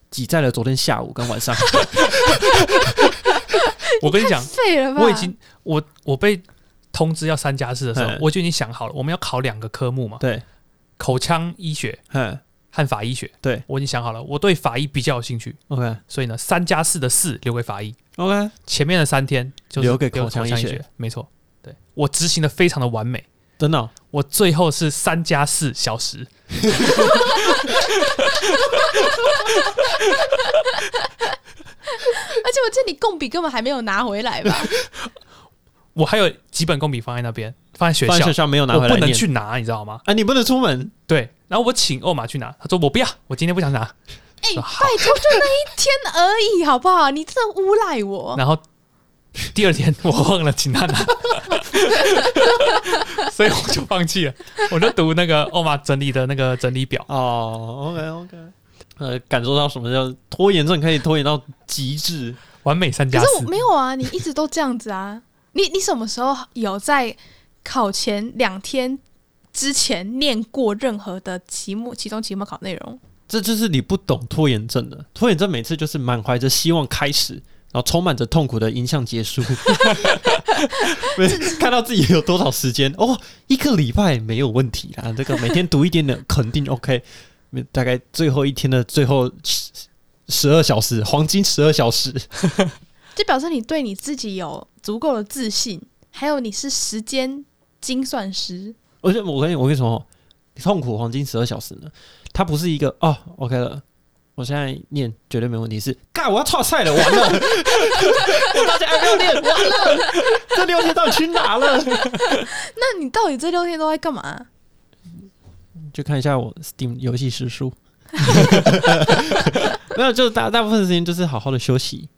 [SPEAKER 2] 挤在了昨天下午跟晚 上，
[SPEAKER 3] 我跟你 讲，
[SPEAKER 1] 废了吧？
[SPEAKER 3] 我已经我我被通知要三加四的时候
[SPEAKER 2] 嗯，
[SPEAKER 3] 我就已经想好了，我们要考两个科目嘛，
[SPEAKER 2] 对，嗯
[SPEAKER 3] 口腔医学
[SPEAKER 2] 哼
[SPEAKER 3] 和法医学。
[SPEAKER 2] 对
[SPEAKER 3] 我已经想好了，我对法医比较有兴趣，
[SPEAKER 2] ，OK
[SPEAKER 3] 所以呢，三加四的四留给法医，
[SPEAKER 2] OK，
[SPEAKER 3] 前面的三天就是
[SPEAKER 2] 留给口
[SPEAKER 3] 腔
[SPEAKER 2] 腔医
[SPEAKER 3] 医
[SPEAKER 2] 学
[SPEAKER 3] 学，没错。对我执行的非常的完美，
[SPEAKER 2] 真的哦、
[SPEAKER 3] 我最后是三加四小时，
[SPEAKER 1] 而且我记得你贡比根本还没有拿回来 吧？
[SPEAKER 3] 我还有几本工笔放在那边，放在学
[SPEAKER 2] 放
[SPEAKER 3] 校，
[SPEAKER 2] 在学校没有拿
[SPEAKER 3] 我
[SPEAKER 2] 回来
[SPEAKER 3] 不能
[SPEAKER 2] 念
[SPEAKER 3] 去拿，你知道吗？
[SPEAKER 2] 啊，你不能出门，
[SPEAKER 3] 对，然后我请欧玛去拿，他说我不要，我今天不想拿。
[SPEAKER 1] 哎、
[SPEAKER 3] 说好
[SPEAKER 1] 拜托，就那一天而已，好不好？你真的诬赖
[SPEAKER 2] 哦
[SPEAKER 1] 我，
[SPEAKER 3] 然后第二天 我忘了请他拿， 所以我就放弃了，我就读那个欧玛整理的那个整理表。
[SPEAKER 2] 哦，OK OK，呃，感受到什么叫拖延症可以拖延到极致，
[SPEAKER 3] 完美三
[SPEAKER 1] 可
[SPEAKER 3] 加
[SPEAKER 1] 是我
[SPEAKER 3] 四，
[SPEAKER 1] 没有啊，你一直都这样子啊。 你你什么时候有在考前两天之前念过任何的期末、期中、期末考内容？
[SPEAKER 2] 这就是你不懂拖延症的。拖延症每次就是满怀着希望开始，然后充满着痛苦的迎向结 束。每次看到自己有多少时间哦，一个礼拜没有问题啦，这个每天读一点点肯定 OK。大概最后一天的最后十二小时，黄金十二小时，
[SPEAKER 1] 这表示你对你自己有足够的自信，还有你是时间精算师。
[SPEAKER 2] 而且我跟你我跟你说，痛苦黄金十二小时呢，它不是一个哦，OK 了，我现在念绝对没问题，是干我要创赛了，完了， 我到现在还没有念，完了，这六天到底去哪了？
[SPEAKER 1] 那你到底这六天都在干嘛？
[SPEAKER 2] 就看一下我 Steam 游戏时 数，没有，就是大大部分时间就是好好的休息，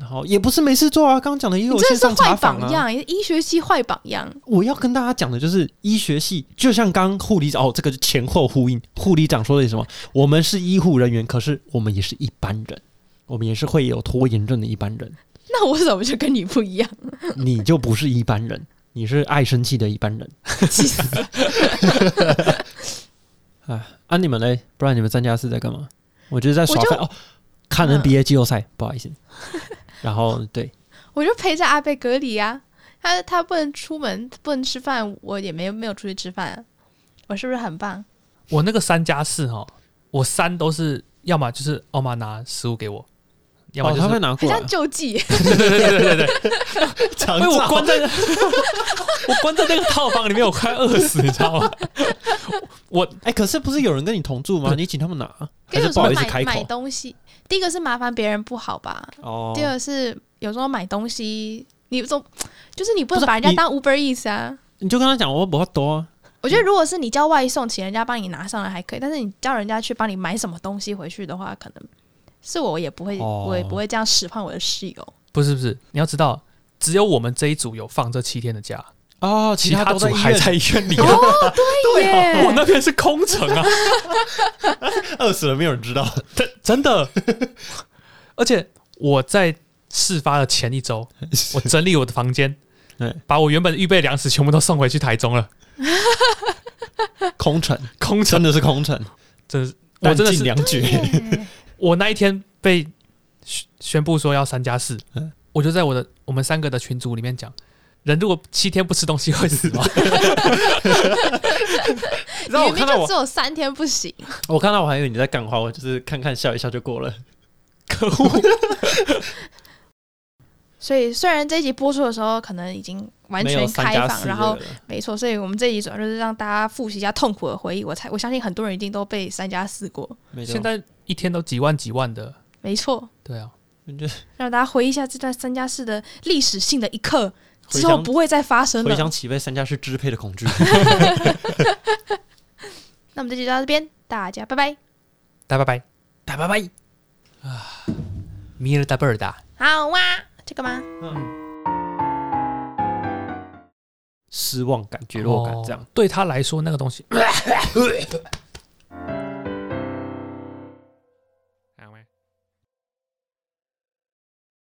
[SPEAKER 2] 然后也不是没事做啊，刚刚讲的也有
[SPEAKER 1] 你真
[SPEAKER 2] 线
[SPEAKER 1] 的是
[SPEAKER 2] 上查
[SPEAKER 1] 坏
[SPEAKER 2] 访
[SPEAKER 1] 榜
[SPEAKER 2] 啊。
[SPEAKER 1] 样，医学系坏榜样。
[SPEAKER 2] 我要跟大家讲的就是医学系，就像刚刚护理长哦，这个是前后呼应。护理长说的什么？我们是医护人员，可是我们也是一般人，我们也是会有拖延症的一般人。
[SPEAKER 1] 那我怎么就跟你不一样？
[SPEAKER 2] 你就不是一般人，你是爱生气的一般人。
[SPEAKER 1] 气死！
[SPEAKER 2] 啊，你们嘞？不然你们三加四在干嘛？我觉得在耍
[SPEAKER 1] 我就嗯
[SPEAKER 2] 废哦，看 NBA 季后赛，不好意思。然后对，
[SPEAKER 1] 我就陪着阿贝隔离啊，他他不能出门，不能吃饭，我也没有没有出去吃饭、啊，我是不是很棒？
[SPEAKER 3] 我那个三加四哈，我三都是要么就是欧玛拿食物给我，要么
[SPEAKER 2] 哦，
[SPEAKER 3] 就
[SPEAKER 2] 他
[SPEAKER 3] 是、
[SPEAKER 2] 会拿
[SPEAKER 1] 很
[SPEAKER 2] 过来
[SPEAKER 1] 像，救济，
[SPEAKER 2] 长
[SPEAKER 3] 因为哎我
[SPEAKER 2] 照
[SPEAKER 3] 关在 那，我关在那个套房里面，我快饿死，你知道吗？ 我
[SPEAKER 2] 哎，可是不是有人跟你同住吗？你请他们拿，啊
[SPEAKER 1] 跟
[SPEAKER 2] 还是
[SPEAKER 1] 有时
[SPEAKER 2] 不
[SPEAKER 1] 候
[SPEAKER 2] 好意思
[SPEAKER 1] 买
[SPEAKER 2] 开
[SPEAKER 1] 买
[SPEAKER 2] 口？
[SPEAKER 1] 东西，第一个是麻烦别人不好吧，
[SPEAKER 2] 哦，
[SPEAKER 1] 第二个是有时候买东西你总就是你不
[SPEAKER 2] 不
[SPEAKER 1] 能
[SPEAKER 2] 是
[SPEAKER 1] 把人家
[SPEAKER 2] 你
[SPEAKER 1] 当 Uber Eats 啊。
[SPEAKER 2] 你就跟他讲，我不要多啊。
[SPEAKER 1] 我觉得如果是你叫外送，请人家帮你拿上来还可以，但是你叫人家去帮你买什么东西回去的话，可能是我我也不会，
[SPEAKER 2] 哦
[SPEAKER 1] 我也不会这样使唤我的室友。
[SPEAKER 3] 不是不是，你要知道，只有我们这一组有放这七天的假，
[SPEAKER 2] 哦，
[SPEAKER 3] 其
[SPEAKER 2] 其他
[SPEAKER 3] 他
[SPEAKER 2] 都在
[SPEAKER 3] 组
[SPEAKER 2] 医
[SPEAKER 3] 还
[SPEAKER 2] 院啊
[SPEAKER 3] 在医院里。
[SPEAKER 1] 对耶，
[SPEAKER 3] 我那边是空城啊，
[SPEAKER 2] 饿死了，没有人 知道。
[SPEAKER 3] 真的。而且我在事发的前一周，我整理我的房间
[SPEAKER 2] 对，
[SPEAKER 3] 把我原本预备的粮食全部都送回去台中了。
[SPEAKER 2] 空城，
[SPEAKER 3] 空城
[SPEAKER 2] 真的是空城，
[SPEAKER 3] 真是，我真的
[SPEAKER 2] 弹
[SPEAKER 3] 是
[SPEAKER 2] 尽，粮绝。
[SPEAKER 1] 耶
[SPEAKER 3] 我那一天被宣宣布说要三加四
[SPEAKER 2] 嗯，
[SPEAKER 3] 我就在我的我们三个的群组里面讲，人如果七天不吃东西会死吗？
[SPEAKER 2] 你知道我
[SPEAKER 1] 明明
[SPEAKER 2] 看到
[SPEAKER 1] 就
[SPEAKER 2] 我
[SPEAKER 1] 只，有三天不行，
[SPEAKER 2] 我看到我还以为你在干话，我就是看看笑一笑就过了。
[SPEAKER 3] 可恶！
[SPEAKER 1] 所以虽然这一集播出的时候可能已经完
[SPEAKER 2] 没有
[SPEAKER 1] 全
[SPEAKER 2] 三
[SPEAKER 1] 开
[SPEAKER 2] 加
[SPEAKER 1] 放，
[SPEAKER 2] 四
[SPEAKER 1] 然后
[SPEAKER 2] 这个了
[SPEAKER 1] 没错，所以我们这一集主要就是让大家复习一下痛苦的回忆。我才我相信很多人一定都被三加四过，
[SPEAKER 2] 没错
[SPEAKER 3] 现在一天都几万几万的，
[SPEAKER 1] 没错，
[SPEAKER 3] 对啊，
[SPEAKER 2] 你就
[SPEAKER 1] 让大家回忆一下这段三加四的历史性的一刻，
[SPEAKER 2] 回
[SPEAKER 1] 之后
[SPEAKER 2] 想
[SPEAKER 1] 不会再发生
[SPEAKER 2] 回
[SPEAKER 1] 了
[SPEAKER 2] 想。起被三家是支配的恐惧。
[SPEAKER 1] 那我们这集就到这边，大家拜拜。
[SPEAKER 3] 大拜拜，
[SPEAKER 2] 打拜拜。
[SPEAKER 3] 米尔大贝尔达。
[SPEAKER 1] 好哇、这个吗？
[SPEAKER 2] 失望感、觉落感这样。
[SPEAKER 3] 哦 对他来说那个东西，